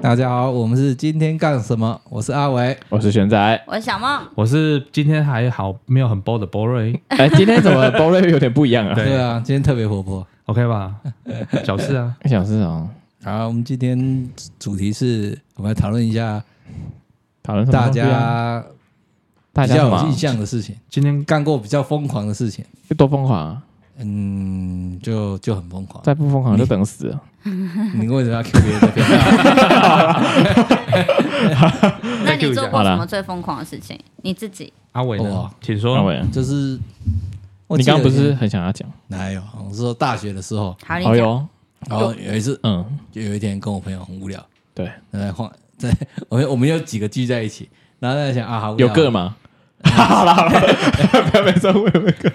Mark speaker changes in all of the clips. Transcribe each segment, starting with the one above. Speaker 1: 大家好，我们是今天干什么？我是阿伟，
Speaker 2: 我是玄仔。
Speaker 3: 我是小
Speaker 2: 嗯
Speaker 3: 梦，
Speaker 4: 我是今天还好，没有很包的 b o r
Speaker 2: 哎，今天怎么包瑞有点不一样啊？
Speaker 4: 对
Speaker 1: 对啊，今天特别活泼。
Speaker 4: o k 吧？小事啊，
Speaker 2: 想是哦，
Speaker 1: 好，我们今天主题是我们来讨论一下
Speaker 2: 讨论什么
Speaker 1: 大
Speaker 2: 东西啊？
Speaker 1: 家
Speaker 2: 大
Speaker 1: 比
Speaker 2: 家
Speaker 1: 较
Speaker 2: 什
Speaker 1: 有印
Speaker 2: 么？
Speaker 1: 象的事情，
Speaker 4: 今天
Speaker 1: 干过比较疯狂的事情，
Speaker 2: 多疯狂啊！
Speaker 1: 嗯，就就很疯狂。
Speaker 2: 再不疯狂就等死了。
Speaker 1: 你为什么要 Q 别人的 频道？
Speaker 3: 那你做过
Speaker 2: 好啦
Speaker 3: 什么最疯狂的事情？你自己
Speaker 4: 阿伟呢
Speaker 1: 哇，
Speaker 4: 请
Speaker 2: 阿
Speaker 4: 说。
Speaker 2: 伟，啊
Speaker 1: 就是我
Speaker 2: 你
Speaker 1: 记得
Speaker 2: 刚刚不
Speaker 1: 有一
Speaker 2: 是
Speaker 1: 天
Speaker 2: 很想要讲？
Speaker 1: 哪有？我是说大学的时候，
Speaker 3: 好，你
Speaker 2: 哦
Speaker 3: 讲。
Speaker 2: 哟，
Speaker 1: 然后有一次，
Speaker 2: 嗯，
Speaker 1: 就有一天跟我朋友很无聊，
Speaker 2: 对，
Speaker 1: 然后晃在我们我们有几个聚在一起，然后在想啊，好无聊
Speaker 2: 有个吗？好了好了， 不要每次问有个。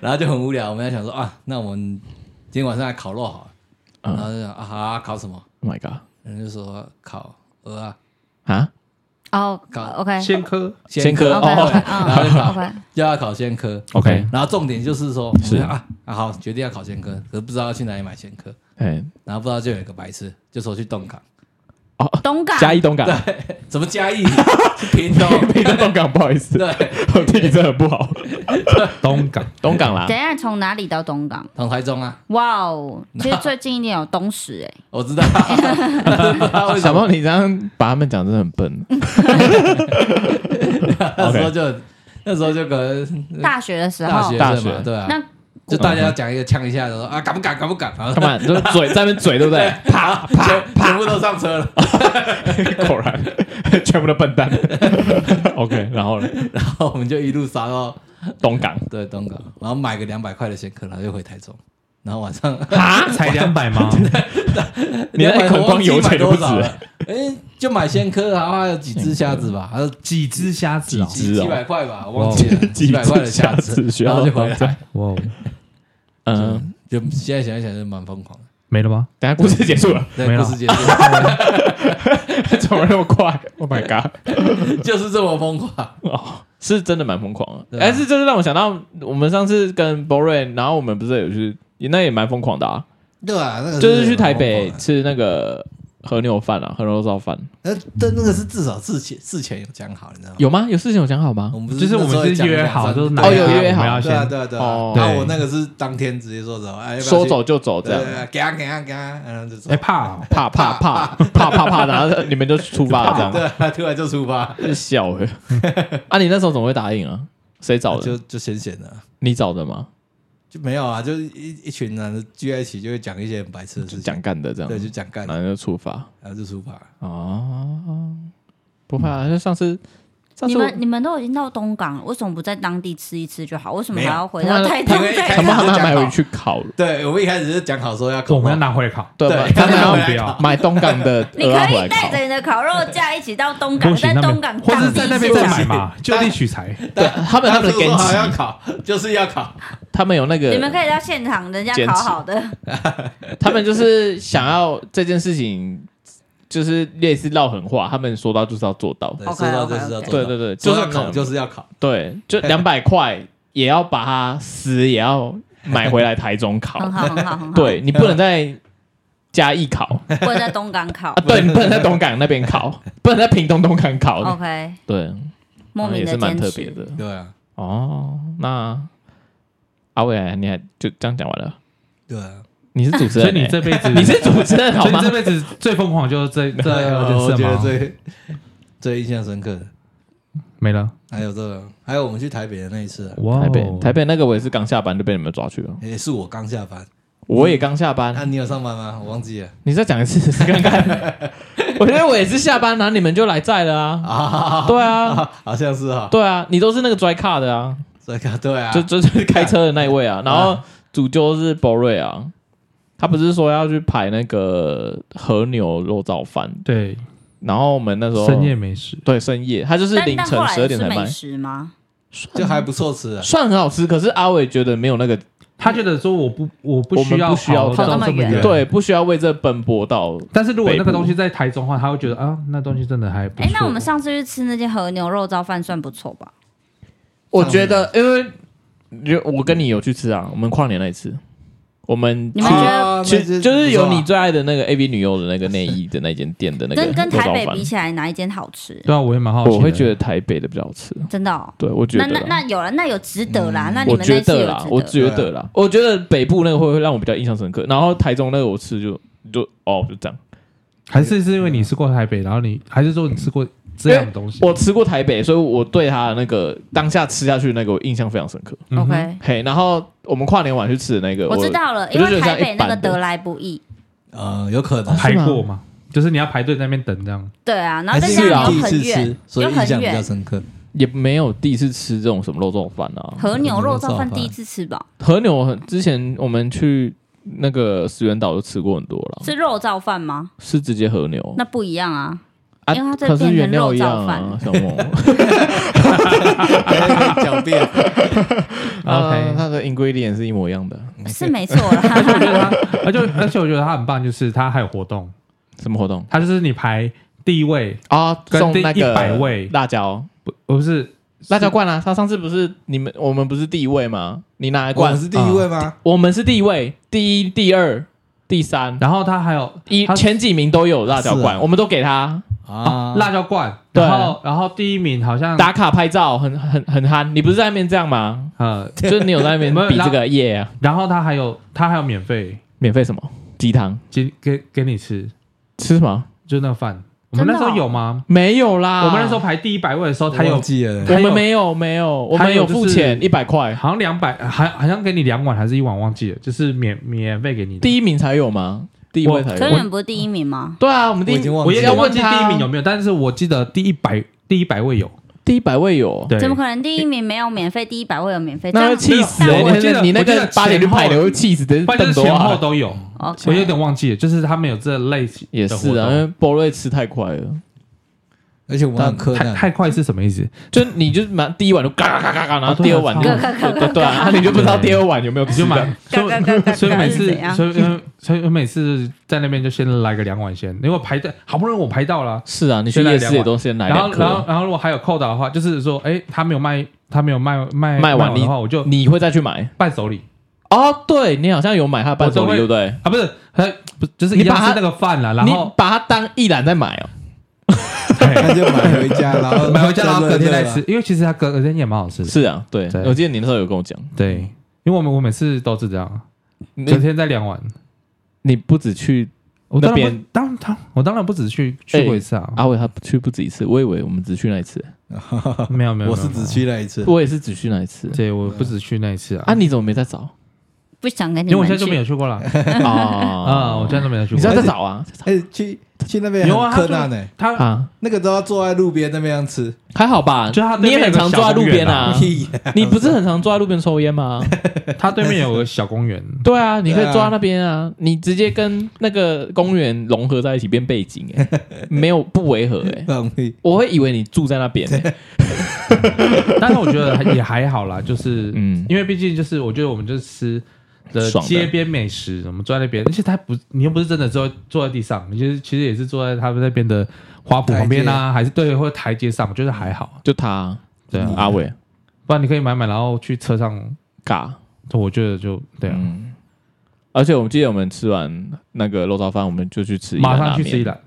Speaker 1: 然后就很无聊，我们在想说啊，那我们今天晚上来烤肉好了。
Speaker 2: 嗯
Speaker 1: 然后就想啊，好啊烤什么？
Speaker 2: Oh my god！
Speaker 1: 人家就说烤鹅啊，
Speaker 2: 啊，
Speaker 3: 哦
Speaker 1: 搞
Speaker 3: ，OK，
Speaker 4: 先科
Speaker 2: 先科
Speaker 1: 对
Speaker 2: 哦
Speaker 1: 然后就
Speaker 3: ，OK，OK，
Speaker 1: 烤，
Speaker 3: OK，
Speaker 1: 就 要烤先科。
Speaker 2: OK
Speaker 1: 然后重点就是说，我们
Speaker 2: 是
Speaker 1: 想啊啊，好，决定要烤先科，可是不知道要去哪里买先科，
Speaker 2: 哎，
Speaker 1: 然后不知道就有一个白痴就说去东港，
Speaker 3: 东港
Speaker 2: 嘉义东港，
Speaker 1: 怎么嘉义？是屏东，
Speaker 2: 屏东东港，不好 意思，
Speaker 1: 对，
Speaker 2: 我地理真的很不好。
Speaker 4: 东港，
Speaker 2: 东港啦
Speaker 3: 等，一下从哪里到东港？
Speaker 1: 从台中啊，
Speaker 3: 哇哦，其实最近一点有东石哎，
Speaker 1: 我知道，不知道为什
Speaker 2: 小
Speaker 1: 么
Speaker 2: 梦，你这样把他们讲真的很笨。
Speaker 1: 那时候就那时候就跟
Speaker 3: 大学的时
Speaker 1: 大
Speaker 3: 候
Speaker 1: 学，
Speaker 2: 大
Speaker 1: 生嘛
Speaker 2: 学
Speaker 1: 对啊，
Speaker 3: 那
Speaker 1: 就大家讲一个呛一下的说啊，敢不敢？敢不敢？然后
Speaker 2: 他们就是嘴在那边嘴，对不对？
Speaker 1: 啪啪，全全部都上车了。
Speaker 2: 果然，全部都笨蛋。OK，然后呢？
Speaker 1: 然后我们就一路杀到
Speaker 2: 东港
Speaker 1: 对东港，然后买个两百块的鲜客，然后就回台中。然后晚 上，
Speaker 2: 啊，
Speaker 4: 才两百吗？
Speaker 2: 你
Speaker 1: 哎
Speaker 2: 那口光油钱都不止
Speaker 1: 忘记买多少了，哎，就买鲜客，然后还有几只虾子吧，还有
Speaker 4: 几只虾子哦？
Speaker 1: 几
Speaker 2: 只哦
Speaker 1: 几百块吧，我忘记了，
Speaker 2: 几
Speaker 1: 几百块的虾
Speaker 2: 只虾子需
Speaker 1: 然
Speaker 2: 要
Speaker 1: 后就回 来。
Speaker 4: 哇哦，
Speaker 2: 嗯，
Speaker 1: 就现在想一想就蛮疯狂的。
Speaker 4: 没了吗？
Speaker 2: 等下故事结束了，
Speaker 1: 对，
Speaker 4: 没了
Speaker 1: 故事结束，
Speaker 2: 怎么那么快？Oh my god！
Speaker 1: 就是这么疯狂。
Speaker 2: 哦，是真的蛮疯狂的。
Speaker 1: 对啊
Speaker 2: 哎，是就是让我想到我们上次跟 b o r n 然后我们不是有去，那也蛮疯狂的啊，
Speaker 1: 对啊，那个
Speaker 2: 就是去台北
Speaker 1: 蛮疯狂的
Speaker 2: 吃那个和牛饭啊，和牛肉烧饭，
Speaker 1: 呃，但那个是至少事前事前有讲好，你知道吗？
Speaker 2: 有吗？有事情有讲好吗
Speaker 1: 我？们不
Speaker 4: 就是我
Speaker 1: 那时候
Speaker 4: 们是
Speaker 1: 讲了
Speaker 4: 约
Speaker 1: 两
Speaker 4: 好，
Speaker 1: 三
Speaker 4: 就是哪
Speaker 2: 哦
Speaker 4: 一
Speaker 2: 有
Speaker 4: 家
Speaker 2: 约
Speaker 4: 我们
Speaker 2: 好
Speaker 4: 要
Speaker 1: 对啊，
Speaker 4: 先
Speaker 1: 对啊，对
Speaker 2: 哦
Speaker 1: 啊。然后
Speaker 4: 对
Speaker 1: 我那个是当天直接说走，哎，要不要
Speaker 2: 说
Speaker 1: 去
Speaker 2: 走就走这
Speaker 1: 对，对
Speaker 2: 样，
Speaker 1: 对给他给他给他，然嗯后就走
Speaker 4: 哎。怕哦
Speaker 2: 怕怕怕怕怕怕，然后你们就出发了这样。
Speaker 1: 对啊，突然就出发，
Speaker 2: 是 笑哎、啊，你那时候怎么会答应啊？谁找的？
Speaker 1: 就就闲闲的，
Speaker 2: 你找的吗？
Speaker 1: 就没有啊，就是一一群人聚在一起，就会讲一些很白痴的事
Speaker 2: 就
Speaker 1: 情，
Speaker 2: 讲嗯干的这样，
Speaker 1: 对，就讲干，
Speaker 2: 然后就出发
Speaker 1: 然后就出发。
Speaker 2: 哦，不
Speaker 1: 嗯
Speaker 2: 怕，就上次上
Speaker 3: 你
Speaker 2: 次我
Speaker 3: 们你们都已经到东港了，为什么不在当地吃一吃就好？为什么还
Speaker 1: 没
Speaker 3: 要
Speaker 1: 有
Speaker 3: 回到台
Speaker 1: 因
Speaker 3: 东
Speaker 1: 为一开
Speaker 3: 再
Speaker 1: 始
Speaker 2: 他们
Speaker 1: 就
Speaker 2: 他们还
Speaker 1: 讲
Speaker 2: 买
Speaker 1: 好
Speaker 2: 回去烤，
Speaker 1: 对我们一开始是讲好说要
Speaker 4: 哦
Speaker 1: 烤
Speaker 4: 我们要
Speaker 1: 肉，
Speaker 4: 拿回来烤。
Speaker 2: 对
Speaker 1: 对
Speaker 2: 吧？
Speaker 1: 他
Speaker 2: 他
Speaker 1: 们
Speaker 2: 们
Speaker 1: 要
Speaker 2: 要
Speaker 1: 回来
Speaker 4: 烤
Speaker 2: 买东港的
Speaker 3: 你
Speaker 2: 鹅
Speaker 3: 可
Speaker 2: 要回来
Speaker 3: 以带
Speaker 2: 烤
Speaker 3: 着，你的烤肉架一起到东港，
Speaker 4: 不
Speaker 3: 在
Speaker 4: 行，那
Speaker 3: 东
Speaker 4: 边
Speaker 3: 港
Speaker 4: 或
Speaker 3: 当地
Speaker 4: 者在那
Speaker 3: 吃
Speaker 4: 边再
Speaker 3: 啊
Speaker 4: 买嘛，就地取材。
Speaker 2: 对他们他们的
Speaker 1: 说好要
Speaker 2: 根基，
Speaker 1: 烤，就是要烤，
Speaker 2: 他们有那
Speaker 3: 你们
Speaker 2: 个，
Speaker 3: 可以到现场，人家
Speaker 2: 坚持
Speaker 3: 烤好的，
Speaker 2: 他们就是想要这件事情，就是类似唠狠话，他们说到就是要做到，
Speaker 1: 对，
Speaker 3: OK，
Speaker 1: 说到
Speaker 3: OK，
Speaker 1: 就是要做到，
Speaker 2: 对对对，
Speaker 1: 说
Speaker 2: 就是
Speaker 1: 要
Speaker 2: 那
Speaker 1: 烤
Speaker 2: 种
Speaker 1: 就是要烤，
Speaker 2: 对，就两百块也要把它死也要买回来台中烤
Speaker 3: 很。好很好很好。，
Speaker 2: 对你
Speaker 1: 嗯
Speaker 2: 不能在嘉义烤
Speaker 3: 不能在东港 烤
Speaker 2: 啊，对你不能在东港那边烤，不能在屏东东港烤。
Speaker 3: ，OK，
Speaker 2: 对，
Speaker 3: 哦莫名
Speaker 2: 也
Speaker 3: 的
Speaker 2: 是蛮
Speaker 3: 坚
Speaker 2: 特别
Speaker 3: 持。
Speaker 2: 的
Speaker 1: 对啊，
Speaker 2: 哦。那阿伟，你还就这样讲完了？
Speaker 1: 对啊，
Speaker 2: 你是主持
Speaker 4: 所
Speaker 2: 人欸，
Speaker 4: 以你这辈子
Speaker 2: 你是主持人好
Speaker 4: 所以
Speaker 2: 吗
Speaker 4: 你这？辈子最疯狂就是 这这
Speaker 1: 我觉
Speaker 4: 二件
Speaker 1: 得
Speaker 4: 事吗？
Speaker 1: 最最印象深刻的。
Speaker 4: 没了。
Speaker 1: 还有这个，还有我们去台北的那一次啊、
Speaker 4: 哇
Speaker 2: 台北
Speaker 4: 哦，
Speaker 2: 台北那个我也是刚下班就被你们抓去了，
Speaker 1: 也是我刚下班。
Speaker 2: 我也刚下
Speaker 1: 那、
Speaker 2: 班。
Speaker 1: 你有上班吗？我忘记了。
Speaker 2: 你再讲一次试看看。我觉得我也是下班，然后你们就来载了啊。
Speaker 1: 啊，
Speaker 2: 对啊，
Speaker 1: 好像是啊、
Speaker 2: 对啊，你都是那个 dry car 的啊，
Speaker 1: 这个对啊，
Speaker 2: 就 就是开车的那一位啊。然后主揪是博瑞啊，他不是说要去排那个和牛肉燥饭，
Speaker 4: 对，
Speaker 2: 然后我们那时候
Speaker 4: 深夜美食。
Speaker 2: 对深夜，他就是
Speaker 3: 但
Speaker 2: 凌
Speaker 3: 但后
Speaker 2: 晨
Speaker 3: 来
Speaker 2: 十二点
Speaker 3: 是
Speaker 2: 才
Speaker 3: 美
Speaker 2: 卖，
Speaker 3: 食吗？
Speaker 1: 就还不错吃啊。
Speaker 2: 算很好吃，可是阿伟觉得没有那个，
Speaker 4: 他觉得说我不我不
Speaker 2: 我们
Speaker 4: 需要
Speaker 2: 不需要
Speaker 4: 跑
Speaker 2: 跑
Speaker 4: 到
Speaker 3: 这么
Speaker 4: 这么
Speaker 3: 远
Speaker 4: 远，
Speaker 2: 对，不需要为这奔波到。
Speaker 4: 但是如果
Speaker 2: 北
Speaker 4: 那个
Speaker 2: 部
Speaker 4: 东西在台中的话，他会觉得啊，那东西真的还不错。
Speaker 3: 哎，那我们上次去吃那间和牛肉燥饭算不错吧？
Speaker 2: 我觉得，因为就我跟你有去吃啊，我们跨年那一次，我们
Speaker 3: 你们觉得
Speaker 1: 啊
Speaker 2: 去去就是有你最爱的那个 AV 女优的那个内衣的那间店的那个
Speaker 3: 跟跟
Speaker 2: 肉
Speaker 3: 台北
Speaker 2: 燥饭
Speaker 3: 比起来，哪一间好吃？
Speaker 4: 对啊，我也蛮好奇的。
Speaker 2: 我会觉得台北的比较好吃。
Speaker 3: 真的哦。
Speaker 2: 对，我觉
Speaker 3: 那
Speaker 2: 得
Speaker 3: 那
Speaker 2: 啦
Speaker 3: 那有了，那有值得啦。那你
Speaker 2: 我
Speaker 3: 们那
Speaker 2: 觉
Speaker 3: 一次
Speaker 2: 得
Speaker 3: 有
Speaker 2: 啦，我
Speaker 3: 值得？
Speaker 2: 觉得啦，我觉得北部那个会会让我比较印象深刻。然后台中那个我吃就就哦就这样，
Speaker 4: 还是是因为你吃过台北，然后你还是说你吃过这样的东西？
Speaker 2: 我吃过台北，所以我对它的那个当下吃下去那个我印象非常深刻。
Speaker 4: 嗯哼
Speaker 3: OK，
Speaker 2: 嘿，然后我们跨年晚去吃的那个，
Speaker 3: 我知道了，
Speaker 2: 就
Speaker 3: 因
Speaker 2: 觉得
Speaker 3: 为
Speaker 2: 像
Speaker 3: 台北
Speaker 2: 一
Speaker 3: 那
Speaker 2: 般
Speaker 3: 个
Speaker 2: 的
Speaker 3: 得来不易。
Speaker 1: 呃，有可能
Speaker 2: 是
Speaker 4: 排
Speaker 2: 吗
Speaker 4: 过嘛，哦就是你要排队在那边等这样。
Speaker 3: 对啊，哦然
Speaker 1: 还
Speaker 3: 后再
Speaker 1: 是
Speaker 3: 加
Speaker 2: 这
Speaker 1: 因为第
Speaker 2: 样
Speaker 3: 上又
Speaker 1: 一次
Speaker 3: 很
Speaker 1: 吃
Speaker 3: 远，，
Speaker 1: 所以
Speaker 3: 又
Speaker 1: 印
Speaker 3: 很
Speaker 1: 象比较
Speaker 3: 远。
Speaker 1: 深 刻。
Speaker 2: 也没有第一次吃这种什么肉燥饭啊。
Speaker 3: 和牛
Speaker 1: 和牛肉
Speaker 3: 肉燥
Speaker 1: 燥
Speaker 3: 饭
Speaker 1: 饭
Speaker 3: 第一次吃吧，
Speaker 2: 和牛很之前我们去那个石原岛就吃过很多了，
Speaker 3: 是肉燥饭吗？
Speaker 2: 是直接和牛
Speaker 3: 那不一样啊。
Speaker 2: 啊
Speaker 3: 因为它，这
Speaker 2: 可是
Speaker 3: 变成
Speaker 2: 原料
Speaker 3: 肉
Speaker 2: 一
Speaker 3: 燥
Speaker 2: 样啊
Speaker 3: 饭，
Speaker 2: 小 梦。
Speaker 4: 哎
Speaker 1: 狡辩，
Speaker 2: 啊
Speaker 4: 哦 OK
Speaker 2: 它的 ingredient 是一模一样的，
Speaker 3: 是没错啦，
Speaker 4: 而且而且我觉得它很棒，就是它还有活动，
Speaker 2: 什么活动
Speaker 4: 它就是你排第一位，
Speaker 2: 啊？
Speaker 4: 跟
Speaker 2: 送
Speaker 4: 第
Speaker 2: 那个
Speaker 4: 100位
Speaker 2: 辣椒
Speaker 4: 不我不是
Speaker 2: 辣椒罐啊！他上次不是你们我们不是第一位吗？你拿来
Speaker 1: 我
Speaker 2: 罐
Speaker 1: 们是第一位 吗？
Speaker 2: 我们是第一位，第一、第二、第三，
Speaker 4: 然后它还有
Speaker 2: 一
Speaker 4: 他
Speaker 2: 前几名都有辣椒
Speaker 1: 是
Speaker 2: 罐，
Speaker 1: 啊
Speaker 2: 我们都给他
Speaker 1: 啊，
Speaker 4: 辣椒罐，
Speaker 2: 对
Speaker 4: 然后然后第一名好像
Speaker 2: 打卡拍照，很很很憨。你不是在那边这样 吗？
Speaker 4: 呃，
Speaker 2: 就是你有在那边
Speaker 4: 没有
Speaker 2: 比这个耶啊，
Speaker 4: 然后它还有它还有免费
Speaker 2: 免费什么鸡汤
Speaker 4: 给给给你吃，
Speaker 2: 吃什么？
Speaker 4: 就那个饭。我们
Speaker 3: 真的
Speaker 4: 那时
Speaker 3: 哦
Speaker 4: 候有吗？
Speaker 2: 没有啦，
Speaker 4: 我们那时候排第一百位的时候，它
Speaker 1: 太
Speaker 4: 有
Speaker 1: 忘记了
Speaker 2: 啊我
Speaker 4: 还有
Speaker 2: 们没有没有，我
Speaker 4: 还
Speaker 2: 们
Speaker 4: 有
Speaker 2: 有
Speaker 4: 就是
Speaker 2: 付钱一百块，
Speaker 4: 好像两百，好好像给你两碗还是一碗，忘记了，就是免免费给你的。
Speaker 2: 第一名才有吗？第一位才
Speaker 3: 可是
Speaker 2: 有。
Speaker 3: 你们不是第一名吗？
Speaker 2: 对啊，我们第
Speaker 1: 我已
Speaker 2: 一
Speaker 1: 经忘
Speaker 4: 我
Speaker 1: 记
Speaker 4: 也
Speaker 1: 了
Speaker 2: 要
Speaker 4: 有忘
Speaker 2: 问
Speaker 4: 记第
Speaker 2: 他
Speaker 4: 一名有没有，但是我记得第一百第一百位有。
Speaker 2: 第一百位有，哦
Speaker 4: 对
Speaker 3: 怎么可能第一名没有免费，第一百位有免费？这
Speaker 2: 那会
Speaker 3: 样
Speaker 2: 气死
Speaker 4: 没有
Speaker 2: 欸！
Speaker 4: 我
Speaker 2: 你
Speaker 4: 记得
Speaker 2: 你那
Speaker 4: 我记得
Speaker 2: 个八点去派的会气死的，
Speaker 4: 不然就
Speaker 2: 更
Speaker 4: 是
Speaker 2: 多
Speaker 4: 前后
Speaker 2: 啊。
Speaker 4: 都有， 我有
Speaker 3: OK，
Speaker 4: 点忘记了，就是他们有这类型
Speaker 2: 也
Speaker 4: 的活
Speaker 2: 是
Speaker 4: 动
Speaker 2: 啊，因为波瑞吃太快了，
Speaker 1: 而且我们很苛
Speaker 4: 太
Speaker 1: 刻，
Speaker 4: 太快是什么意思？
Speaker 2: 就你就买第一碗就嘎嘎嘎嘎，然后第二碗就
Speaker 4: 啊
Speaker 2: 对对啊，你就不知道第二碗有没有
Speaker 4: 你
Speaker 2: 吃
Speaker 4: 就
Speaker 2: 完。
Speaker 4: 买，所
Speaker 3: 嘎嘎嘎嘎
Speaker 4: 以所以每
Speaker 3: 是
Speaker 4: 次
Speaker 3: 怎样
Speaker 4: 所以所以我每次在那边就先来个两碗先，因为我排队好不容易我排到了，
Speaker 2: 是啊，你去夜市也都先来
Speaker 4: 然
Speaker 2: 两
Speaker 4: 后然后
Speaker 2: 颗，
Speaker 4: 然后如果还有扣打的话，就是说哎他没有卖他没有卖卖
Speaker 2: 卖完
Speaker 4: 完的话，我就
Speaker 2: 你会再去买
Speaker 4: 伴手礼
Speaker 2: 哦。对你好像有买他的伴手
Speaker 4: 我都
Speaker 2: 礼，对
Speaker 4: 会
Speaker 2: 不对？
Speaker 4: 啊不是哎不是就是
Speaker 2: 你
Speaker 4: 一样
Speaker 2: 把它
Speaker 4: 是那个饭啦，然
Speaker 2: 你
Speaker 4: 后
Speaker 2: 把它当一篮在买哦。
Speaker 1: 他就买回家，然后
Speaker 4: 买回家然后隔天再
Speaker 1: 热热
Speaker 4: 吃，因为其实它隔隔天也蛮好吃的，
Speaker 2: 是啊，对
Speaker 4: 对，
Speaker 2: 我记得你那时候有跟我讲，
Speaker 4: 对，因为我们我每次都是这样，隔
Speaker 2: 你
Speaker 4: 天再两碗。
Speaker 2: 你不只去
Speaker 4: 我当
Speaker 2: 那
Speaker 4: 然
Speaker 2: 边哎
Speaker 4: 不当当我当然不止去去过一次啊，
Speaker 2: 阿伟，他去不止一次，我以为我们只去那一次，
Speaker 4: 没有没有，
Speaker 1: 我是
Speaker 4: 没有
Speaker 1: 只，去那一次，
Speaker 2: 我也是只去那一次
Speaker 4: 对我不止去那一次啊，
Speaker 2: 啊。你怎么没在 找
Speaker 3: 不想跟
Speaker 4: 因
Speaker 3: 你
Speaker 4: 为我
Speaker 3: 们
Speaker 4: 现在就没
Speaker 3: 去。
Speaker 4: 有去过了啊，
Speaker 2: 啊
Speaker 4: 我现在都没有去
Speaker 2: 你知道
Speaker 4: 过
Speaker 2: 在。找啊？在找
Speaker 1: 哎，去去那边
Speaker 4: 有啊
Speaker 1: 很苛
Speaker 4: 他
Speaker 1: 难呢，
Speaker 4: 他
Speaker 2: 啊，
Speaker 1: 那个都要坐在路边那边吃，
Speaker 2: 还好吧？
Speaker 4: 就他对
Speaker 2: 你也很
Speaker 4: 面有个
Speaker 2: 常
Speaker 4: 小
Speaker 2: 坐在路边啊，
Speaker 1: 屁
Speaker 2: 你不是很常坐在路边抽烟吗？
Speaker 4: 他对面有个小公园，
Speaker 2: 对啊，你可以
Speaker 1: 对啊
Speaker 2: 坐在那边啊，你直接跟那个公园融合在一起变背景， 哎，没有不违和，哎，
Speaker 1: 放屁，
Speaker 2: 我会以为你住在那边，哎
Speaker 4: 但是我觉得还也还好啦，就是
Speaker 2: 嗯，
Speaker 4: 因为毕竟就是我觉得我们就吃的
Speaker 2: 爽的
Speaker 4: 街边美食，我们坐在那边，而且他不，你又不是真的坐坐在地上，你就是其实也是坐在他们那边的花圃旁边啊，还是对或者台阶上，我觉得还好，
Speaker 2: 就他
Speaker 4: 对啊，
Speaker 2: 阿伟
Speaker 4: 不然你可以买买，然后去车上，
Speaker 2: 嘎，
Speaker 4: 我觉得就对啊，
Speaker 2: 嗯。而且我记得我们吃完那个肉燥饭，我们就去吃，
Speaker 4: 马上去吃一，兰，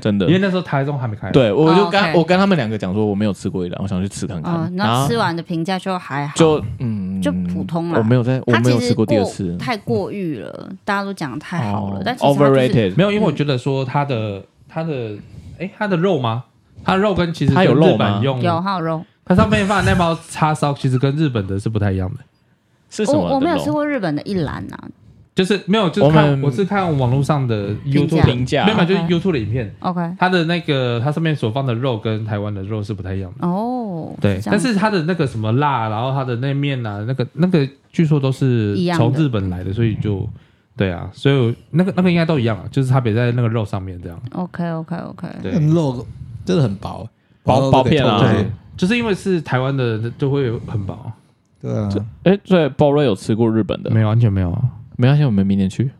Speaker 2: 真的
Speaker 4: 因，为那时候台中还没开，，
Speaker 2: 对，我就
Speaker 3: 哦
Speaker 2: 跟、
Speaker 3: OK
Speaker 2: 我跟他们两个讲说，我没有吃过一兰，我想去吃看看。
Speaker 3: 哦，
Speaker 2: 然
Speaker 3: 那
Speaker 2: 后
Speaker 3: 吃完的评价就还好，
Speaker 2: 就嗯，
Speaker 3: 就普通啦
Speaker 2: 我没有在，我
Speaker 3: 它
Speaker 2: 没有
Speaker 3: 其
Speaker 2: 吃
Speaker 3: 实
Speaker 2: 过第二次。
Speaker 3: 太过誉了，大家都讲得太好了，
Speaker 2: 哦
Speaker 3: 但其实它就是
Speaker 2: overrated，
Speaker 4: 没有，因为我觉得说它的它的哎它的肉吗？它的肉跟其实
Speaker 2: 它有
Speaker 4: 跟
Speaker 2: 肉
Speaker 4: 日
Speaker 2: 吗
Speaker 4: 本用
Speaker 3: 有还有肉，
Speaker 4: 它上面放的那包叉烧，其实跟日本的是不太一样的。
Speaker 2: 是什
Speaker 3: 我
Speaker 2: 么的肉？
Speaker 3: 我没有吃过日本的一兰啊。
Speaker 4: 就是没有，就
Speaker 2: 我
Speaker 4: 是看
Speaker 2: 们
Speaker 4: 我是看网络上的 YouTube 的
Speaker 2: 评价
Speaker 4: 没有，没有就是
Speaker 3: OK
Speaker 4: YouTube 的影片，
Speaker 3: OK，
Speaker 4: 它的那个它上面所放的肉跟台湾的肉是不太一样的。
Speaker 3: 哦，
Speaker 4: 对，
Speaker 3: 这样
Speaker 4: 但是它的那个什么辣，然后它的那面啊，那个那个据说都是
Speaker 3: 一样的
Speaker 4: 从日本来的，所以就对啊，所以我那个那个应该都一样啊，就是差别在那个肉上面这样。
Speaker 3: OK OK OK，
Speaker 4: 对，
Speaker 1: 那肉真的很薄，
Speaker 2: 薄
Speaker 1: 然后都可以
Speaker 2: 薄片啊
Speaker 1: 透过
Speaker 4: 对
Speaker 1: 去，
Speaker 4: 就是因为是台湾的，就会很薄，
Speaker 1: 对啊，
Speaker 2: 哎，对，鲍瑞有吃过日本的，
Speaker 4: 没有完全没有啊，
Speaker 2: 没关系，我们明年去，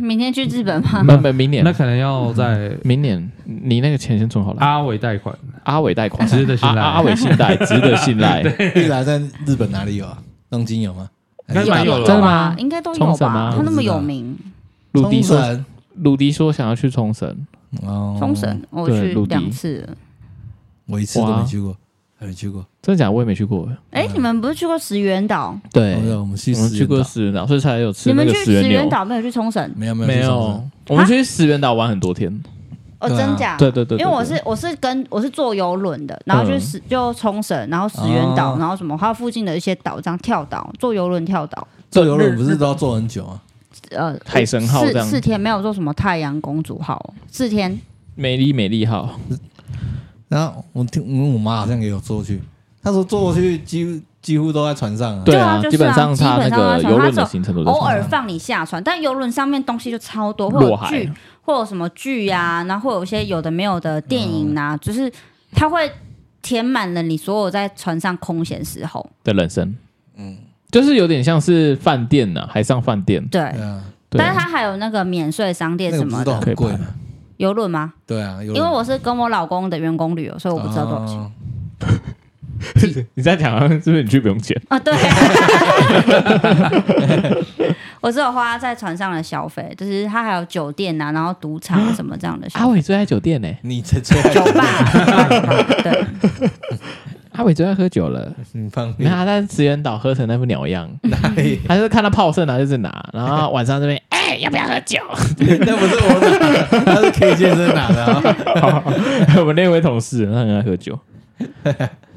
Speaker 3: 明天去日本吗？
Speaker 2: 没没明
Speaker 4: 那
Speaker 2: 年，
Speaker 4: 可能要在
Speaker 2: 明年你那个钱先存好了。
Speaker 4: 阿伟贷款，
Speaker 2: 阿伟贷款，
Speaker 4: 值得信赖
Speaker 2: 阿阿阿伟信贷，值得信赖。
Speaker 1: 一来在日本哪里有啊？东京有吗？
Speaker 4: 应该蛮有
Speaker 3: 吧
Speaker 4: 的
Speaker 2: 真的吗
Speaker 3: 应该都有
Speaker 2: 冲绳
Speaker 3: 吧
Speaker 2: 吗？
Speaker 3: 他那
Speaker 1: 我不
Speaker 3: 么
Speaker 1: 知道
Speaker 3: 有名，
Speaker 2: 鲁迪说，
Speaker 1: 冲
Speaker 2: 鲁迪说想要去冲绳，
Speaker 1: 绳哦
Speaker 3: 冲绳我
Speaker 2: 对
Speaker 3: 去
Speaker 2: 陆地
Speaker 3: 两次了。
Speaker 1: 我一次都
Speaker 2: 哇
Speaker 1: 没去过，还没去过。
Speaker 2: 真的假的？我也没去过。
Speaker 3: 哎，你们不是去过石原岛？
Speaker 2: 对
Speaker 1: 哦对啊我们去
Speaker 2: 我们
Speaker 1: 石
Speaker 2: 去
Speaker 1: 原
Speaker 2: 过
Speaker 1: 岛
Speaker 2: 石原岛，所以才有吃
Speaker 3: 你
Speaker 2: 那
Speaker 3: 们
Speaker 2: 个
Speaker 3: 去石
Speaker 2: 原
Speaker 3: 原
Speaker 2: 牛。
Speaker 3: 岛没有去冲绳？
Speaker 1: 没有没有
Speaker 2: 没
Speaker 1: 去冲绳
Speaker 2: 有，我们去石原岛玩很多天。
Speaker 3: 哦，
Speaker 1: 对啊
Speaker 3: 真假？
Speaker 2: 对对对对
Speaker 3: 因为我是我是跟我是坐游轮的，然后就
Speaker 2: 嗯
Speaker 3: 是就冲绳，然后石原岛
Speaker 1: 哦，
Speaker 3: 然后什么，还有附近的一些岛，这样跳岛，坐游轮跳岛，
Speaker 1: 坐游轮不是都要坐很久吗？
Speaker 3: 呃，
Speaker 2: 海神号这
Speaker 3: 四
Speaker 2: 样
Speaker 3: 四天没有做什么太阳公主号，四天
Speaker 2: 美丽美丽
Speaker 3: 嗯
Speaker 2: 号，
Speaker 1: 然后我听嗯我我妈好像也有坐去，她说坐过去几乎几乎都在船上啊。
Speaker 2: 嗯对
Speaker 3: 啊
Speaker 2: 啊，
Speaker 3: 就是啊
Speaker 2: 基本上它那
Speaker 3: 基本上它
Speaker 2: 个
Speaker 3: 是
Speaker 2: 游轮的行程都在
Speaker 3: 偶尔
Speaker 2: 船上
Speaker 3: 放你下船，但游轮上面东西就超多，会
Speaker 2: 落
Speaker 3: 有
Speaker 2: 海啊
Speaker 3: 剧，，会有什么剧呀、然后会有一些有的没有的电
Speaker 2: 嗯
Speaker 3: 影啊，就是它会填满了你所有在船上空闲时候。
Speaker 2: 的人生，嗯，就是有点像是饭店呐、海上饭店。
Speaker 3: 对，
Speaker 1: 对啊，
Speaker 2: 对
Speaker 3: 但是它还有那个免税商店
Speaker 1: 那
Speaker 3: 什
Speaker 1: 个不
Speaker 3: 么
Speaker 1: 是都
Speaker 3: 的
Speaker 1: 很贵
Speaker 2: 可以
Speaker 1: 吗？
Speaker 3: 游轮吗？
Speaker 1: 对啊，因
Speaker 3: 因为我是跟我老公的员工旅游，所以我不知道多
Speaker 2: 哦
Speaker 3: 少钱。
Speaker 1: 钱。
Speaker 2: 你在讲，好像是不是你去不用钱？
Speaker 3: 啊、对， 我只有花在船上的消费，就是它还有酒店啊，然后赌场什么这样的消
Speaker 2: 阿
Speaker 3: 费。
Speaker 2: 伟最爱酒店呢、
Speaker 1: 你在坐
Speaker 3: 酒吧，啊对，啊
Speaker 2: 阿伟最爱喝酒了。
Speaker 1: 你放屁
Speaker 2: 你看他在石原岛喝成那副鸟样，
Speaker 1: 哪 里？
Speaker 2: 他就是看到炮声，然后就是拿，然后晚上这 边哎、要不要喝酒？
Speaker 1: 那不是我拿的，那是 K 健身拿的 啊。
Speaker 2: 我们那位同事他很爱喝酒，